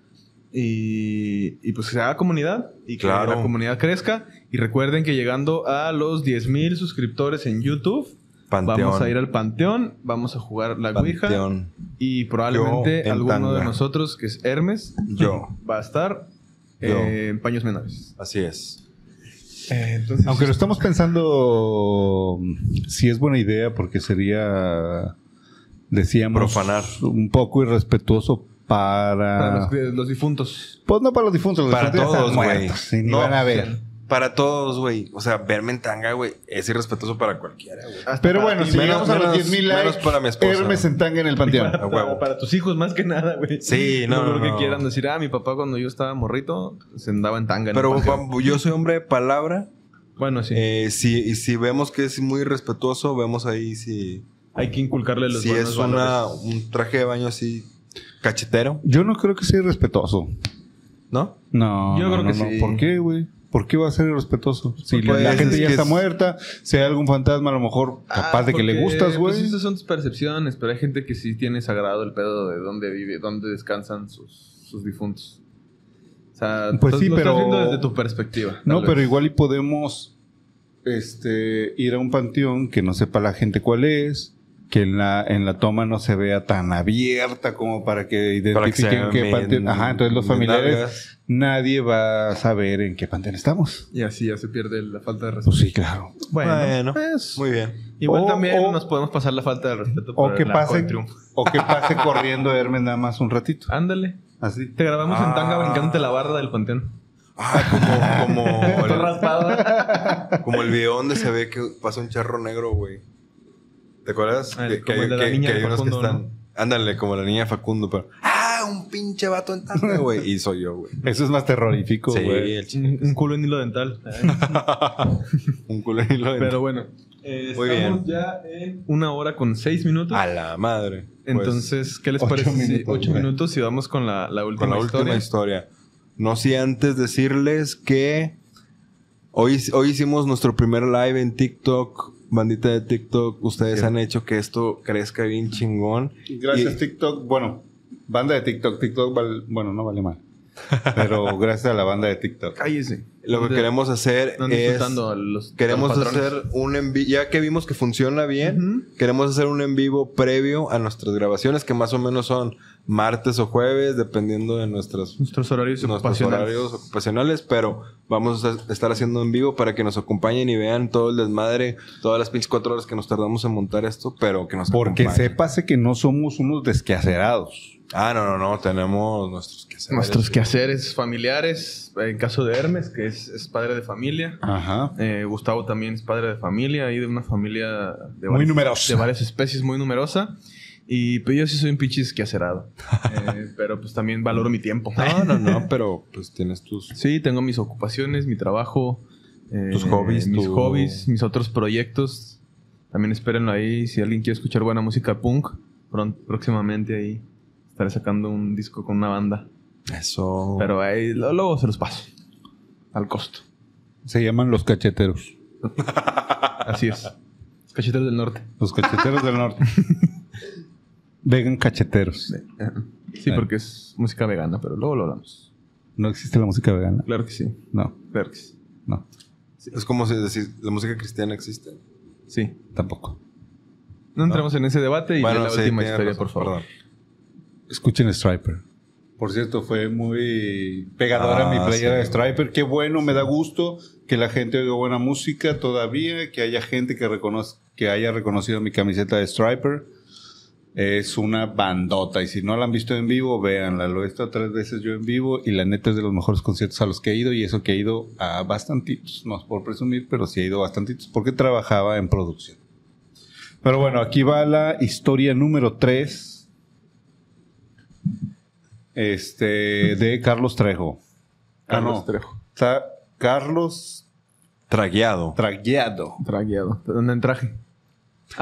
B: Y, y pues que se haga comunidad y que
D: Claro.
B: la comunidad crezca. Y recuerden que llegando a los 10.000 suscriptores en YouTube,
D: Panteón.
B: vamos a ir al Panteón, vamos a jugar la Ouija
D: Panteón.
B: y probablemente
D: Yo en
B: alguno de
D: tanga.
B: nosotros, que es Hermes,
D: Yo.
B: va a estar
D: Yo.
B: eh, en paños menores.
D: Así es.
C: Eh,
B: entonces,
C: Aunque lo estamos pensando mm, si es buena idea porque sería decíamos
D: Profanar.
C: un poco irrespetuoso para,
B: para los, los difuntos.
C: pues no para los difuntos, los
D: Para
C: difuntos ya están
D: todos, güey.
C: muertos y ni
D: No,
C: van a ver.
D: Para todos, güey. O sea, verme en tanga, güey, es irrespetuoso para cualquiera, güey.
B: Hasta
C: Pero
B: para
C: bueno,
B: ti,
C: si
B: güey.
D: menos-
C: llegamos a los
D: menos-
C: 10.000 likes,
D: menos para mi esposa.
C: Hermes en tanga en el
B: [laughs]
C: panteón.
D: A
B: para,
D: huevo.
B: para tus hijos más que nada, güey.
D: Sí, no,
B: Por lo
D: no,
B: que
D: no.
B: quieran decir, ah, mi papá cuando yo estaba morrito se andaba en tanga. en el
D: Pero
B: Panteón".
D: Juan, yo soy hombre de palabra.
B: bueno, sí.
D: Eh, si, y si vemos que es muy respetuoso, vemos ahí si,
B: Hay que inculcarle los
D: si
B: buenos
D: es una,
B: valores.
D: un traje de baño así cachetero,
C: Yo no creo que sea irrespetuoso.
D: ¿no?
C: No,
B: Yo
C: no,
B: creo que
C: no, no.
B: sí.
C: ¿Por qué, güey? ¿Por qué va a ser irrespetuoso? Si
D: Pues,
C: la gente
D: es
C: ya
D: que
C: está
D: es- Ah,
C: muerta, si hay algún fantasma a lo mejor capaz de que le
B: porque,
C: gustas, güey.
B: Pues esas son tus percepciones, pero hay gente que sí tiene sagrado el pedo de dónde vive, dónde descansan sus, sus difuntos. O sea,
C: Pues
B: tú-
C: sí,
B: lo
C: pero-
B: estás viendo desde tu perspectiva. tal
C: no,
B: vez.
C: pero igual y podemos este, ir a un panteón que no sepa la gente cuál es, que en la, en la toma no se vea tan abierta como para que
D: Para que
C: identifiquen
D: se
C: qué
D: vean
C: panteón.
D: bien-
C: Ajá, entonces los
D: bien
C: familiares,
D: largas.
C: nadie va a saber en qué panteón estamos.
B: Y así ya se pierde la falta de respeto.
C: Pues sí, claro.
B: Bueno,
D: Bueno,
B: pues,
D: Ah, muy bien.
B: igual
C: o-
B: también
C: o-
B: nos podemos pasar la falta de respeto
C: O
B: por
C: que,
B: el arco del
C: pase,
B: triunfo.
C: o que pase corriendo Hermes nada más un ratito.
B: Ándale.
C: Así.
B: Te grabamos en tanga
D: Ah.
B: brincándote la barra del panteón.
D: Ah,
C: [laughs]
D: como, como,
B: Todo
D: el,
B: raspado. [laughs]
D: como el video donde se ve que pasa un charro negro, güey. ¿Te acuerdas?
B: Ah,
D: que, que
B: como
D: hay,
B: el de la
D: que-
B: niña
D: que
B: de
D: hay unos que
B: Facundo,
D: están. Ándale, como la niña de Facundo, pero. ¡Ah! Un pinche vato
B: [laughs]
D: en tanga, güey. Y soy yo, güey.
C: Eso es más terrorífico,
D: Sí,
C: güey.
D: el
B: Un un culo en hilo dental.
D: ch- un culo en hilo de-
B: Pero bueno. eh,
D: Muy
B: estamos ya en una hora con seis minutos.
D: A la madre. Pues,
B: Entonces, ¿qué les
C: ocho
B: parece si
C: minutos,
B: ocho
C: güey.
B: minutos y vamos con la, la última
D: con la
B: historia?
D: última historia. No sé antes decirles que hoy, hoy hicimos nuestro primer live en TikTok. Bandita de TikTok, ustedes
C: Sí.
D: han hecho que esto crezca bien chingón.
C: Gracias,
D: Y-
C: TikTok. Bueno, banda de TikTok. TikTok, val- bueno, no vale mal. [laughs] Pero gracias a la banda de TikTok.
B: Cállese.
D: Lo que
B: Ande-
D: queremos hacer
B: ande
D: es...
B: insultando a los-
D: Queremos
B: a los patrones.
D: hacer un en vi- ya que vimos que funciona bien,
B: Ujú.
D: queremos hacer un en vivo previo a nuestras grabaciones, que más o menos son martes o jueves, dependiendo de nuestras
B: nuestros horarios
D: nuestros
B: ocupacionales.
D: horarios ocupacionales, pero vamos a estar haciendo en vivo para que nos acompañen y vean todo el desmadre, todas las pinches cuatro horas que nos tardamos en montar esto, pero que nos
C: Porque
D: acompañen.
C: sépase que no somos unos desquacerados.
D: Ah, no, no, no, tenemos nuestros quehaceres.
B: Nuestros quehaceres familiares. En caso de Hermes, que es, es padre de familia.
C: Ajá.
B: Eh, Gustavo también es padre de familia y de una familia de
C: Muy
B: varias-
C: numerosa.
B: de varias especies, muy numerosa. Y pues yo sí soy un pinches quehacerado.
D: [laughs]
B: Eh, pero pues también valoro mi tiempo.
D: No, no, no, pero pues tienes tus...
B: Sí, tengo mis ocupaciones, mi trabajo, eh,
D: Tus hobbies,
B: mis
D: tu-
B: hobbies, mis otros proyectos. También espérenlo ahí si alguien quiere escuchar buena música punk. pron- próximamente ahí estaré sacando un disco con una banda.
D: Eso.
B: Pero ahí lo- luego se los paso. Al costo.
C: Se llaman los cacheteros.
B: Así es. Cacheteros del Norte.
C: Los cacheteros del norte. Vegan cacheteros.
B: Sí, porque es música vegana, pero luego lo hablamos.
C: No existe la música vegana.
B: Claro que sí.
C: No,
B: Claro que sí.
C: no,
D: Es como si decir, la música cristiana existe.
B: Sí.
C: tampoco.
B: No entramos en ese debate y ya la
D: sí,
B: última
D: tienes
B: historia,
D: razón,
B: por favor.
D: perdón.
C: Escuchen Striper. Por cierto, fue muy pegadora
D: Ah,
C: mi playera
D: sí.
C: de Striper. Qué bueno, me da gusto que la gente oiga buena música todavía, que haya gente que, reconoz- que haya reconocido mi camiseta de Striper. Es una bandota y si no la han visto en vivo, véanla. Lo he estado tres veces yo en vivo y la neta es de los mejores conciertos a los que he ido y eso que he ido a bastantitos, no es por presumir, pero sí he ido a bastantitos porque trabajaba en producción. Pero bueno, aquí va la historia número 3 este, de Carlos Trejo. Ah,
B: Carlos
C: no.
B: Trejo.
C: Está Carlos
D: Tragueado.
C: Tragueado.
B: Tragueado. ¿Dónde en traje?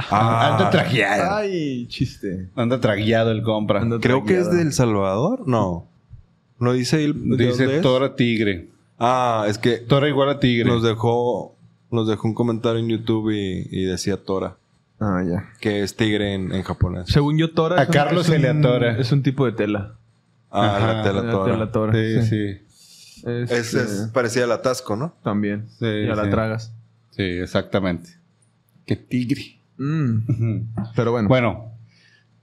D: Ah,
C: Anda tragueado.
B: Ay, chiste.
C: Anda tragueado el compra.
B: Anda
D: creo que es
B: tragueado.
D: de El Salvador. No. No dice... el- ¿de dónde
C: Dice
D: es?
C: Tora Tigre.
D: Ah, es que
C: Tora igual a Tigre.
D: Nos dejó, nos dejó un comentario en YouTube y, y decía Tora,
B: Ah, ya.
D: que es tigre en, en japonés.
B: Según yo, Tora.
C: A
B: es un-
C: Carlos
B: es
C: se le
B: un-
C: atora.
B: Es un tipo de tela.
D: Ah,
C: Ajá,
D: la tela
B: La
D: Tora.
B: tela Tora.
C: Sí,
B: sí.
C: sí.
B: Es,
D: Es, es
B: eh,
D: parecida al atasco, ¿no?
B: También.
C: Sí,
B: ya la
C: sí.
B: tragas.
C: Sí, exactamente. Qué tigre.
B: Mm,
C: Ujú.
B: Pero bueno.
C: Bueno,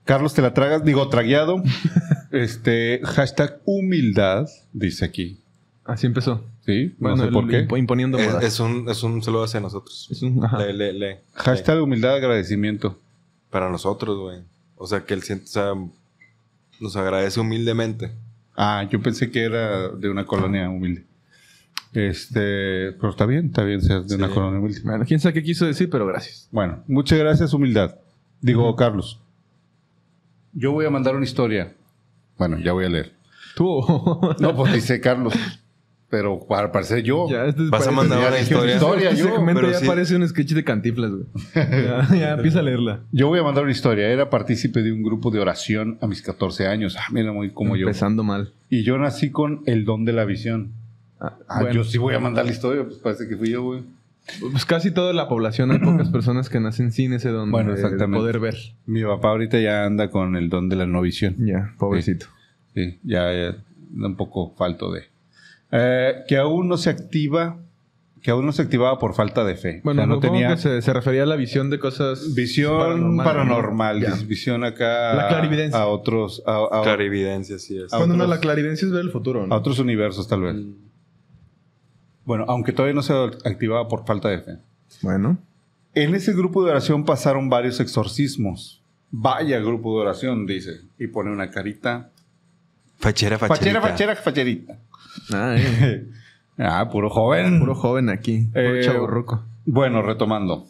C: Carlos, te la tragas, digo,
B: [laughs]
C: tragueado. este, hashtag humildad, dice aquí.
B: Así empezó.
C: Sí, no
B: Bueno,
C: sé por
B: el-
C: qué.
B: impo- imponiendo
D: Es,
B: modas.
D: es un, es un saludo hacia nosotros.
B: Es un- ajá.
D: Le, le, le.
C: Hashtag humildad, agradecimiento.
D: Le. Para nosotros, güey. O sea, que él siente, o sea, nos agradece humildemente.
C: Ah, yo pensé que era de una colonia humilde. Este, pero está bien, está bien ser de una
D: Sí.
C: colonia humilde.
B: Bueno, quién sabe qué quiso decir, pero gracias.
C: Bueno, muchas gracias, humildad. Digo, Carlos. Yo voy a mandar una historia. Bueno, ya voy a leer.
B: Tú. [laughs]
C: No, pues dice Carlos. Pero para parecer yo.
B: ya, este
D: Vas
B: parece-
D: a mandar
C: ya
D: una
C: dije una
D: historia.
C: historia.
B: Este
C: yo,
B: segmento
D: pero
B: ya
D: sí.
B: parece un sketch de cantiflas, güey.
C: [laughs]
B: ya, ya empieza a leerla.
C: Yo voy a mandar una historia. Era partícipe de un grupo de oración a mis 14 años. Ah, mira, muy como yo.
B: Empezando mal.
C: Y yo nací con el don de la visión.
B: Ah,
C: Ah,
B: bueno.
C: yo sí voy a mandar la historia. Pues parece que fui yo, güey.
B: Pues casi toda la población, hay
C: [clears throat]
B: pocas personas que nacen sin ese don
C: Bueno,
B: de
C: exactamente.
B: poder ver.
C: Mi papá ahorita ya anda con el don de la no visión.
B: Ya, pobrecito.
C: Sí, ya, ya, un poco falto de. Eh, que aún no se activa, que aún no se activaba por falta de fe.
B: Bueno,
C: o sea, no tenía
B: que se, se refería a la visión de cosas.
C: visión
B: paranormal,
C: paranormal,
B: ¿no?
C: vis-
B: Ya.
C: visión acá
B: La clarividencia.
C: a otros a, a-
D: Clarividencia, sí es.
C: a
B: Bueno, no,
C: otros-
B: la clarividencia es ver el futuro. ¿no?
C: a otros universos tal vez. Bueno, aunque todavía no se activaba por falta de fe.
B: Bueno.
C: En ese grupo de oración pasaron varios exorcismos. Vaya grupo de oración, dice. Y pone una carita.
D: Fachera,
C: Fachera,
D: facherita.
C: fachera, facherita.
B: Ah, eh.
C: [laughs] ah, puro joven.
B: Puro joven aquí. Puro
C: Eh,
B: chaburruco.
C: Bueno, retomando.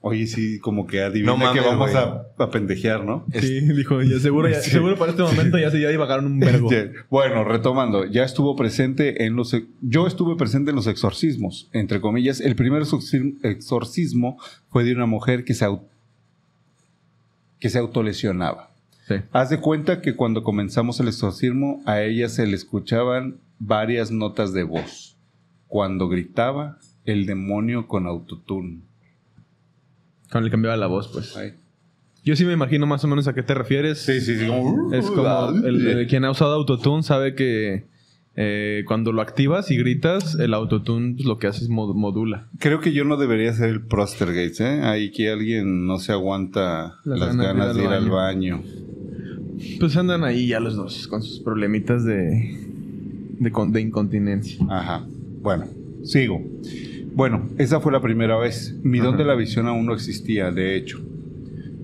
C: Oye, sí, como que adivina
D: No mames,
C: que vamos
D: güey.
C: a, a pendejear, ¿no?
D: Es-
B: Sí, dijo, ya seguro, ya-
C: Este. [laughs] Sí.
B: seguro para este momento ya se ya divagaron un
C: [laughs]
B: verbo.
C: Este, bueno, retomando, ya estuvo presente en los... Yo estuve presente en los exorcismos, entre comillas. El primer exorci- exorcismo fue de una mujer que se, au- que se autolesionaba.
B: Sí.
C: Haz de cuenta que cuando comenzamos el exorcismo, a ella se le escuchaban varias notas de voz. Cuando gritaba, el demonio con autotune.
B: Cuando le cambiaba la voz, pues. Yo sí me imagino más o menos a qué te refieres.
C: Sí, sí, sí. como-
B: Es como el, el- quien ha usado autotune sabe que eh, cuando lo activas y gritas, el autotune pues, lo que hace es mod- modula.
C: Creo que yo no debería ser el Proster Gates, ¿eh? Ahí que alguien no se aguanta
B: Las
C: las,
B: ganas de
C: ganas de ir al baño.
B: Pues andan ahí ya los dos con sus problemitas de, de, con- de incontinencia.
C: Ajá. Bueno, sigo. Bueno, esa fue la primera vez. Mi don
B: Ajá.
C: de la visión aún no existía, de hecho.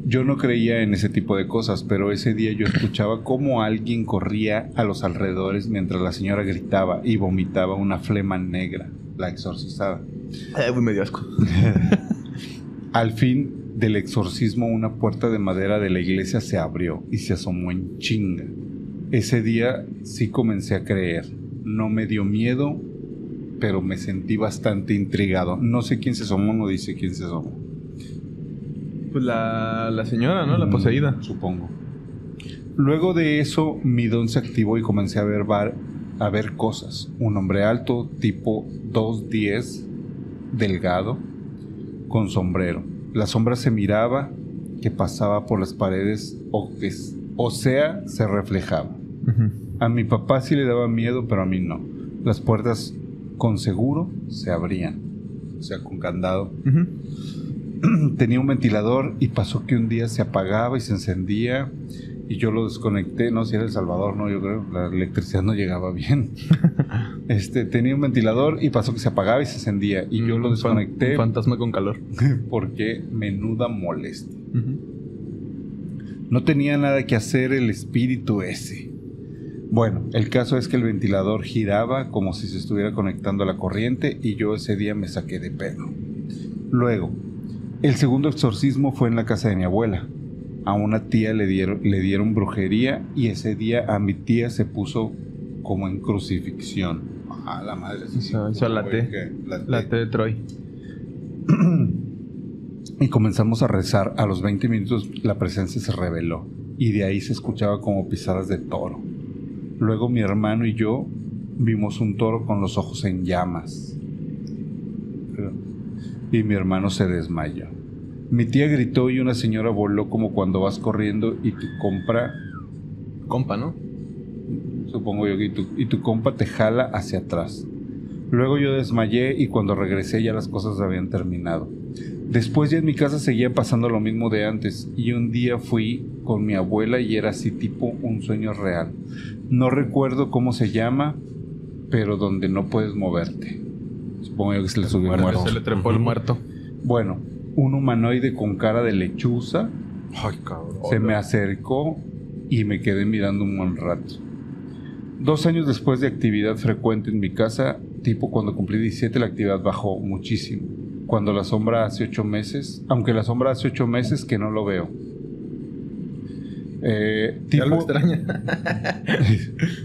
C: Yo no creía en ese tipo de cosas, pero ese día yo escuchaba cómo alguien corría a los alrededores mientras la señora gritaba y vomitaba una flema negra, la exorcizada.
B: Eh, güey, me dio asco.
C: Al fin del exorcismo, una puerta de madera de la iglesia se abrió y se asomó en chinga. Ese día sí comencé a creer. No me dio miedo, pero me sentí bastante intrigado. No sé quién se asomó, no dice quién se asomó.
B: Pues la, la señora, ¿no? La poseída.
C: Mm, Supongo. Luego de eso, mi don se activó y comencé a ver, var- a ver cosas. Un hombre alto, tipo 210, delgado, con sombrero. La sombra se miraba que pasaba por las paredes, o, es- o sea, se reflejaba.
B: Ujú.
C: A mi papá sí le daba miedo, pero a mí no. Las puertas con seguro se abrían, o sea, con candado
B: Ujú.
C: tenía un ventilador y pasó que un día se apagaba y se encendía y yo lo desconecté, no si era El Salvador, no, yo creo, la electricidad no
B: [laughs]
C: llegaba bien. Este, tenía un ventilador y pasó que se apagaba y se encendía y yo lo
B: Mm, Un fan-
C: desconecté
B: un fantasma con calor.
C: porque menuda molestia.
B: Ujú.
C: No tenía nada que hacer el espíritu ese. Bueno, el caso es que el ventilador giraba como si se estuviera conectando a la corriente y yo ese día me saqué de pedo. Luego, el segundo exorcismo fue en la casa de mi abuela. A una tía le dieron, le dieron brujería y ese día a mi tía se puso como en crucifixión. Ah, la madre. sí,
B: Hizo- hizo la
C: güey,
B: T.
C: que la
B: La
C: T.
B: T de Troy.
C: Y comenzamos a rezar. A los 20 minutos la presencia se reveló y de ahí se escuchaba como pisadas de toro. Luego mi hermano y yo vimos un toro con los ojos en llamas. Y mi hermano se desmayó. Mi tía gritó y una señora voló como cuando vas corriendo y tu compra,
B: Compa, ¿no?
C: supongo yo, que- y tu, y tu compa te jala hacia atrás. Luego yo desmayé y cuando regresé ya las cosas habían terminado. Después ya en mi casa seguía pasando lo mismo de antes y un día fui con mi abuela y era así tipo un sueño real. No recuerdo cómo se llama, pero donde no puedes moverte. Supongo yo que se le subió
B: Muerto.
C: muerto.
B: Se le trepó el
D: Ujú.
B: muerto.
C: Bueno, un humanoide con cara de lechuza
D: Ay, cabrón.
C: se me acercó y me quedé mirando un buen rato. Dos años después de actividad frecuente en mi casa, tipo cuando cumplí 17 la actividad bajó muchísimo. Cuando la sombra hace ocho meses, aunque la sombra hace ocho meses que no lo veo. Eh,
B: Ya lo [laughs]
C: tipo,
B: extraña.
C: [laughs]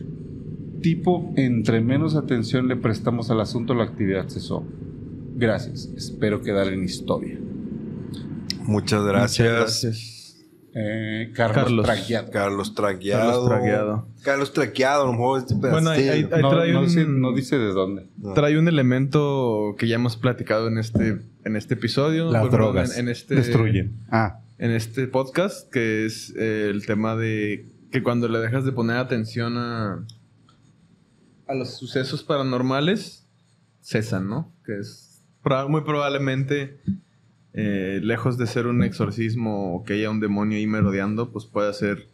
C: tipo, entre menos atención le prestamos al asunto, la actividad cesó. Gracias, espero quedar en historia.
D: Muchas gracias.
C: Eh, Carlos,
B: Carlos.
C: Traquiat.
D: Carlos Traqueado.
B: Carlos Tragueado.
D: Carlos Traqueado, a lo mejor este
B: Bueno, ahí-
D: pedacito.
B: ahí
C: No,
B: trae
C: no
B: un-
C: dice- no dice de dónde.
D: No.
B: Trae un elemento que ya hemos platicado en este, en este episodio.
C: Las
B: Bueno, perdón,
C: drogas
B: En, en este,
C: destruyen. Ah,
B: En este podcast, que es eh, el tema de que cuando le dejas de poner atención a, a los sucesos paranormales,
G: cesan, ¿no? Que es
B: Proba- Muy probablemente, eh, lejos de ser un exorcismo o que haya un demonio ahí merodeando, pues puede ser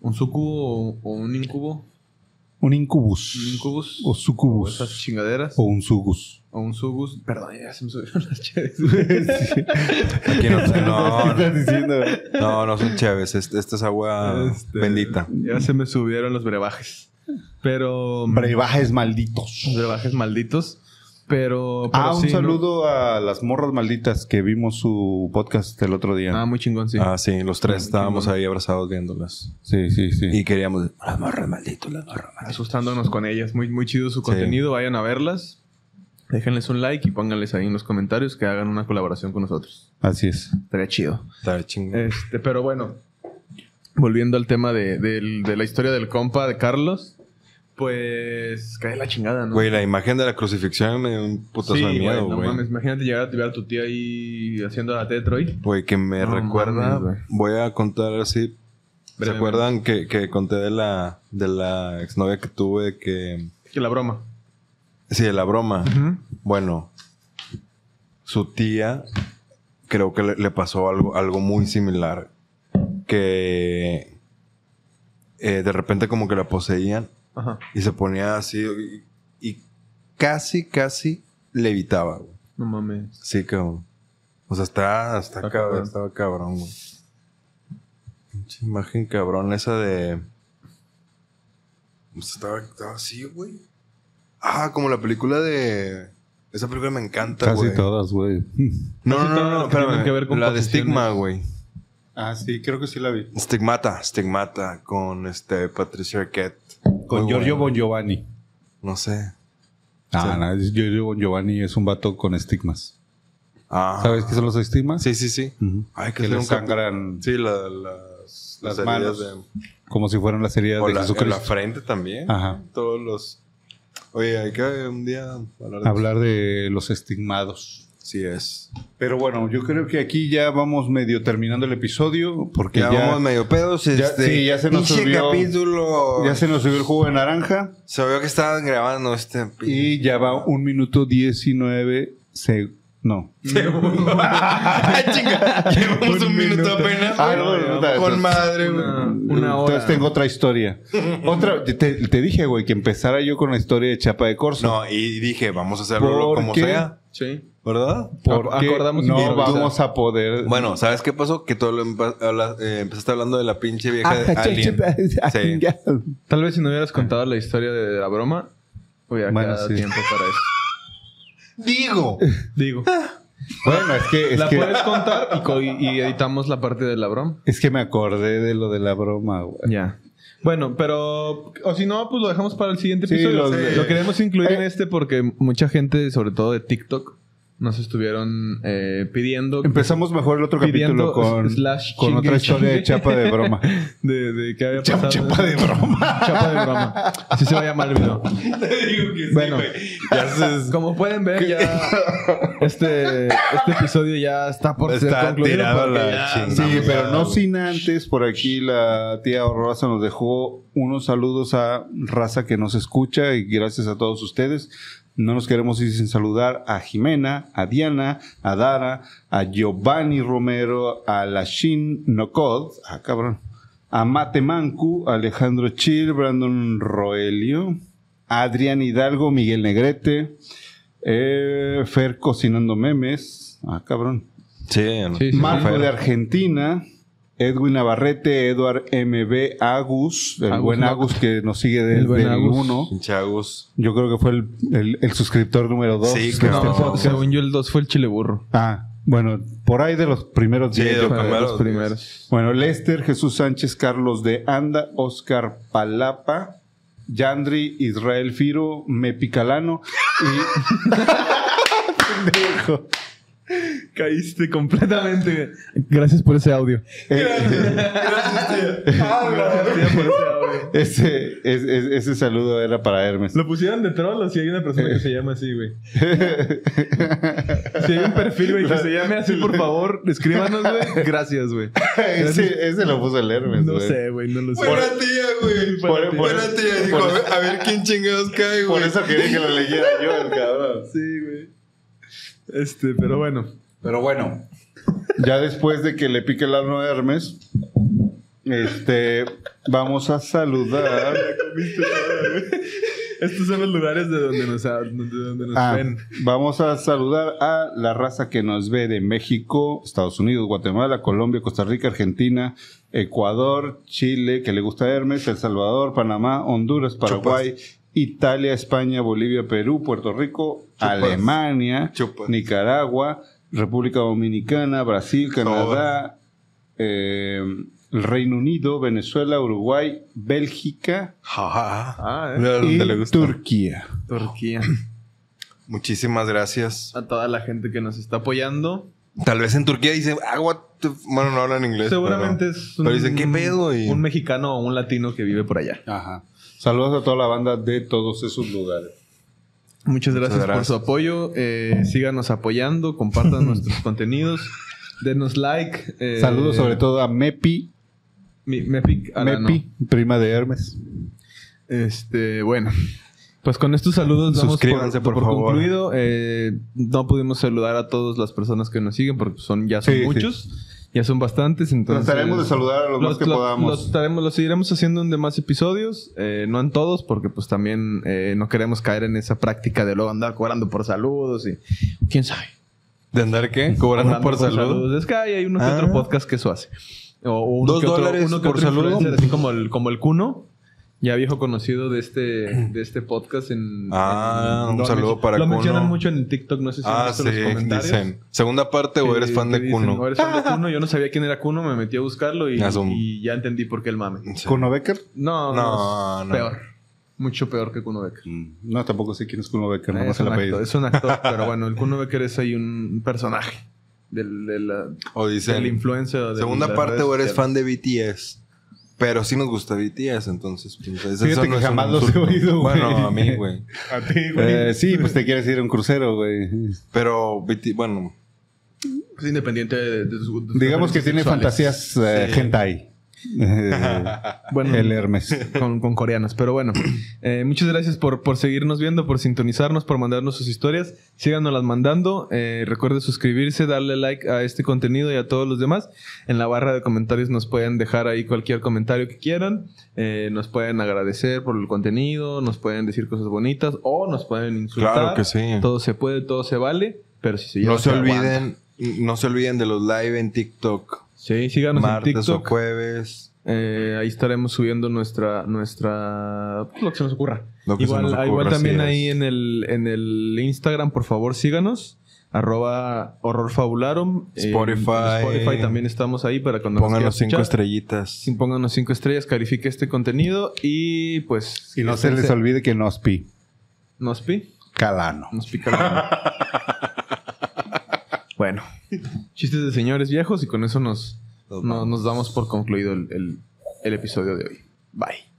B: un sucubo o, o un incubo,
C: Un incubus.
B: un incubus
C: O
B: o
C: sucubus.
B: esas chingaderas,
C: O
B: o,
C: un sugus.
B: un sugus. Perdón, ya se me subieron las
C: [laughs]
B: [laughs] chaves.
D: Aquí no,
B: [laughs]
D: no, no,
C: diciendo?
D: no, no son chéves. Este- Esta es agua
B: Este,
D: bendita.
B: Ya se me subieron los brebajes. Pero...
C: Brebajes malditos.
B: Brebajes malditos. Pero... pero
C: Ah, un
B: sí, ¿no?
C: saludo a las morras malditas que vimos su podcast el otro día.
B: Ah, muy chingón, sí.
D: Ah, sí, los tres
B: Mm,
D: estábamos
B: chingón.
D: ahí abrazados viéndolas.
C: sí, sí, sí.
D: Y queríamos. Las morras malditos, las morras malditos.
B: asustándonos con ellas. Muy, muy chido su contenido. Vayan a verlas. Déjenles un like y pónganles ahí en los comentarios que hagan una colaboración con nosotros.
C: Así es.
B: Estaría chido.
D: Está chingón.
B: Este, pero bueno, volviendo al tema de, del- de la historia del compa de Carlos, pues cae la chingada, ¿no?
D: Güey, la imagen de la crucifixión me dio un putazo
B: Sí,
D: de
B: güey,
D: miedo,
B: no
D: güey.
B: mames, imagínate llegar a ver a tu tía ahí haciendo la Tetroid.
D: Güey, que me
B: No mames,
D: recuerda.
B: güey.
D: voy a contar así. ¿Se
B: Brevemente.
D: acuerdan que, que conté de la, de la exnovia que tuve que.
B: Que la broma.
D: Sí, de la broma. Bueno, su tía creo que le, le pasó algo, algo muy similar. Que eh, de repente como que la poseían
B: Ajá.
D: y se ponía así y, y casi, casi levitaba. güey.
B: No mames.
D: [laughs] Sí, cabrón. O sea, está,
B: Está
D: está, cabrón.
B: cabrón.
D: Estaba cabrón, güey. Pinche imagen cabrón esa de... O sea, estaba, estaba así, güey. Ah, como la película de... Esa película me encanta,
C: Casi
D: güey.
C: todas, güey.
D: No,
B: Casi
D: no,
B: todas
D: no, no,
B: las que tienen
D: espérame.
B: que ver con
D: la de
B: posesiones.
D: Stigma, güey.
C: Ah, sí, creo que sí la vi.
D: Stigmata, Stigmata, con este Patricia Arquette.
C: Con
D: Muy
C: Giorgio
D: buena.
C: Bon Giovanni.
D: No sé.
C: Ah, no, es Giorgio Bon Giovanni es un vato con estigmas.
D: Ah.
C: ¿Sabes qué son los estigmas?
D: Sí, sí, sí.
C: Ujú.
D: Ay, que,
C: Que
D: le
C: le sangran
D: Sí, la- las,
C: Las
D: heridas
C: manos.
D: de-
C: como si fueran las heridas
D: O
C: de
D: la, en la
C: Jesucristo.
D: frente también.
C: Ajá.
D: Todos los. Oye, hay que un día hablar de
C: Hablar de los estigmados.
D: Sí, es.
C: Pero bueno, yo creo que aquí ya vamos medio terminando el episodio porque
D: ya,
C: ya,
D: vamos medio pedos.
C: Ya-
D: este,
C: sí, ya se nos
D: pinche
C: subió.
D: capítulo.
C: ya se nos subió el jugo de naranja
D: Se vio que estaban grabando este. pin-
C: y ya va un minuto 19 se no.
D: ¡Ah,
C: [laughs]
D: chinga! Llevamos un, minuto, apenas.
C: Ah,
D: güey.
C: no, no, no,
D: con
C: no.
D: madre, güey.
B: Una, Ah, una hora.
C: Entonces tengo otra historia. otra te, te dije, güey, que empezara yo con la historia de Chapa de Corzo.
D: No, y dije, vamos a hacerlo
C: ¿Por
D: como
C: qué?
D: sea,
B: Sí.
D: ¿verdad?
C: porque
B: Acordamos
C: no
B: improvisar.
C: vamos a poder
D: Bueno, ¿sabes qué pasó? Que todo lo empa- habla- eh, empezaste hablando de la pinche vieja
C: Ah,
D: de Alien. Sí.
B: Tal vez si no hubieras contado la historia de la broma, hubiera
C: Bueno,
B: quedado
C: sí.
B: tiempo para
C: [laughs]
B: eso.
D: [laughs] Digo.
B: Digo.
C: Bueno, es que es
B: la
C: que,
B: puedes contar y co- y, y editamos la parte de la broma.
C: es que me acordé de lo de la broma, güey.
B: Ya. Bueno, pero. O si no, pues lo dejamos para el siguiente
C: Sí,
B: episodio.
C: lo- Eh.
B: lo,
C: sí.
B: queremos incluir en este porque mucha gente, sobre todo de TikTok, nos estuvieron eh, pidiendo.
C: Empezamos mejor el otro
B: Pidiendo
C: capítulo con,
B: slash
C: con
B: chingue,
C: otra historia
B: chingue.
C: de Chapa de broma.
B: [laughs] De, de que había
C: Chap-
B: pasado.
C: chapa de broma.
B: [laughs] Chapa de broma. Así se va a llamar el video. bueno, [laughs] como pueden ver, ya este, este episodio ya está por ser
D: Está
B: concluido.
D: tirado
B: porque
D: la
B: ya
D: chingada.
C: Sí,
D: Vamos
C: pero
D: a-
C: no sin antes, por aquí la tía Horrorosa nos dejó unos saludos a raza que nos escucha y gracias a todos ustedes. No nos queremos ir sin saludar a Jimena, a Diana, a Dara, a Giovanni Romero, a Lashin Nocod, ah cabrón, a Mate Mancu, Alejandro Chil, Brandon Roelio, Adrián Hidalgo, Miguel Negrete, eh, Fer Cocinando Memes, ah cabrón,
D: Sí, no.
B: Sí, sí,
C: Marco
B: sí.
C: de Argentina, Edwin Navarrete, Eduard MB Agus, el
B: Agus
C: buen
B: Loc.
C: Agus que nos sigue
B: El
C: desde
B: buen
C: el
B: Agus.
C: 1.
D: Pinche Agus.
C: Yo creo que fue el, el- el suscriptor número 2
D: Sí,
C: de este
D: cabrón.
B: No,
C: podcast.
B: según yo, el 2 fue el chile burro.
C: Ah, bueno, por ahí de los primeros
D: Sí,
C: 10.
D: de
C: yo
D: los
C: creo.
D: primeros.
B: Los primeros.
C: Bueno, Lester, Jesús Sánchez, Carlos de Anda, Oscar Palapa, Yandri, Israel Firo, Mepi Calano y... [laughs]
D: [laughs]
C: Pendejo.
B: Caíste completamente. Gracias por ese audio.
C: Eh,
B: [laughs] Gracias por ese audio.
C: Ese, es- es- ese saludo era para Hermes.
B: Lo pusieron de troll o si hay una persona que se llama así, güey. Si hay un perfil, güey, que se llame así, por favor, escríbanos, güey. Gracias, güey.
C: [laughs] ese, ese lo puso el Hermes.
B: No
C: güey.
B: sé, güey, no lo sé.
D: Buena tía, güey.
C: Por- por-
D: Buena tía. Dijo,
C: por-
D: a ver- a ver quién chingados cae,
C: Por
D: güey.
C: eso quería que lo leyera yo, el cabrón.
B: Sí, Este, pero bueno.
C: Pero bueno, ya después de que le pique el alma a Hermes, este, vamos a saludar.
B: Estos son los lugares de donde nos, ha- de donde
D: Pues
B: nos
C: Ah,
B: ven.
C: vamos a saludar a la raza que nos ve de México, Estados Unidos, Guatemala, Colombia, Costa Rica, Argentina, Ecuador, Chile, que le gusta Hermes, El Salvador, Panamá, Honduras, Paraguay, Italia, España, Bolivia, Perú, Puerto Rico,
D: Chupas.
C: Alemania,
D: Chupas.
C: Nicaragua, República Dominicana, Brasil, Canadá,
D: Sobra.
C: eh, el Reino Unido, Venezuela, Uruguay, Bélgica
D: Jaja.
B: Ah, eh.
D: ¿Dónde
C: y
D: le gusta?
C: Turquía.
B: Turquía.
D: Muchísimas gracias.
B: A toda la gente que nos está apoyando.
D: Tal vez en Turquía dicen, ah, what the f-". Bueno, no hablan inglés.
B: Seguramente
D: pero-
B: es
D: pero dicen, "¿Qué pedo?" Y-
B: un mexicano o un latino que vive por allá.
C: Ajá. Saludos a toda la banda de todos esos lugares.
B: Muchas gracias, por
D: gracias.
B: su apoyo. Eh, síganos apoyando, compartan nuestros contenidos, denos like. eh,
C: Saludos sobre todo a Mepi,
B: Mi, Mepi, a la
C: Mepi, prima de Hermes.
B: no. Este, bueno. Pues con estos saludos damos
D: Suscríbanse, por favor.
B: concluido. Eh, no pudimos saludar a todas las personas que nos siguen porque son ya son
C: Sí, sí.
B: muchos, ya son bastantes, entonces
C: Trataremos de saludar a los, más que
B: lo-
C: podamos.
B: los estaremos- los seguiremos haciendo en demás episodios, eh, no en todos, porque pues también eh, no queremos caer en esa práctica de luego andar cobrando por saludos y quién sabe.
D: ¿De andar qué? ¿Cobrando,
B: Cobrando
D: por, salud?
B: Es que hay, hay uno que
D: Ah.
B: otro podcast que eso hace. O, o uno
D: Dos
B: que otro-
D: dólares
B: uno que
D: por
B: otro
D: saludo.
B: influencer, Así como el, como el Cuno, ya viejo conocido de
D: [clears throat]
B: este, de este podcast en...
D: Ah,
B: en-
D: un
B: lo
D: saludo
B: mencio-
D: para
B: Lo
D: Kuno.
B: mencionan mucho en TikTok, no sé si han
D: Ah,
B: visto
D: sí,
B: los comentarios.
D: dicen. ¿Segunda parte o
B: que-
D: eres fan
B: que
D: de
B: dicen, "O
D: Kuno?
B: eres
D: [laughs]
B: fan de Kuno, yo no sabía quién era Kuno, me metí a buscarlo y,
D: Ah, son-
B: y ya entendí por qué el mame.
D: Sí.
C: ¿Kuno Becker?
B: No, no,
D: No,
B: es
D: no.
B: peor. Mucho peor que Kuno Becker.
C: No, tampoco sé quién es Kuno Becker, nomás
B: es,
C: el
B: un
C: apellido.
B: actor, es un actor,
D: [laughs]
B: pero bueno, el Kuno Becker es ahí un personaje del, de la-
D: O
B: del
D: dicen,
B: influencer. de
D: segunda
B: las
D: parte
B: redes
D: o eres
B: sociales.
D: fan de BTS. Pero sí nos gusta BTS, entonces. pues, eso
C: Fíjate que
D: es un
C: jamás los he
D: insulto.
C: oído, güey.
D: Bueno, a mí, güey.
B: [laughs] A ti,
C: Eh, sí, pues te quieres ir a un crucero, güey.
D: Pero, BT bueno,
B: Es independiente de, de sus gustos
C: Eh, Digamos que tiene
B: sexuales.
C: fantasías eh,
D: Sí.
C: [laughs] hentai. Eh,
B: Bueno,
C: el Hermes.
B: con, con coreanas. Pero bueno, eh, muchas gracias por, por seguirnos viendo, por sintonizarnos, por mandarnos sus historias. Síganos las mandando. Eh, recuerde suscribirse, darle like a este contenido y a todos los demás. En la barra de comentarios nos pueden dejar ahí cualquier comentario que quieran. Eh, nos pueden agradecer por el contenido, nos pueden decir cosas bonitas o nos pueden insultar.
D: claro que sí.
B: Todo se puede, todo se vale. Pero si se lleva,
D: No se
B: aguanta.
D: olviden, no se olviden de los live en TikTok.
B: Sí, síganos en
D: martes o
B: TikTok.
D: jueves.
B: Eh, ahí estaremos subiendo nuestra, nuestra, pues, lo que se nos ocurra.
D: Lo que se
B: igual,
D: nos
B: ah,
D: ocurra,
B: igual
D: así
B: también
D: es.
B: ahí en el, en el Instagram, por favor, síganos. Arroba horrorfabularum. Eh,
D: Spotify.
B: en Spotify también estamos ahí para cuando nos
D: Pónganos
B: quieran
D: cinco
B: escuchar.
D: estrellitas.
B: Sí, Pónganos cinco estrellas, califique este contenido y pues...
C: Y no se les olvide que no es pi.
B: Nos pi.
C: Calano.
B: Nos pica la
D: [laughs]
B: mano. bueno. Chistes de señores viejos y con eso nos, no- nos damos por concluido el- el- el episodio de hoy. Bye.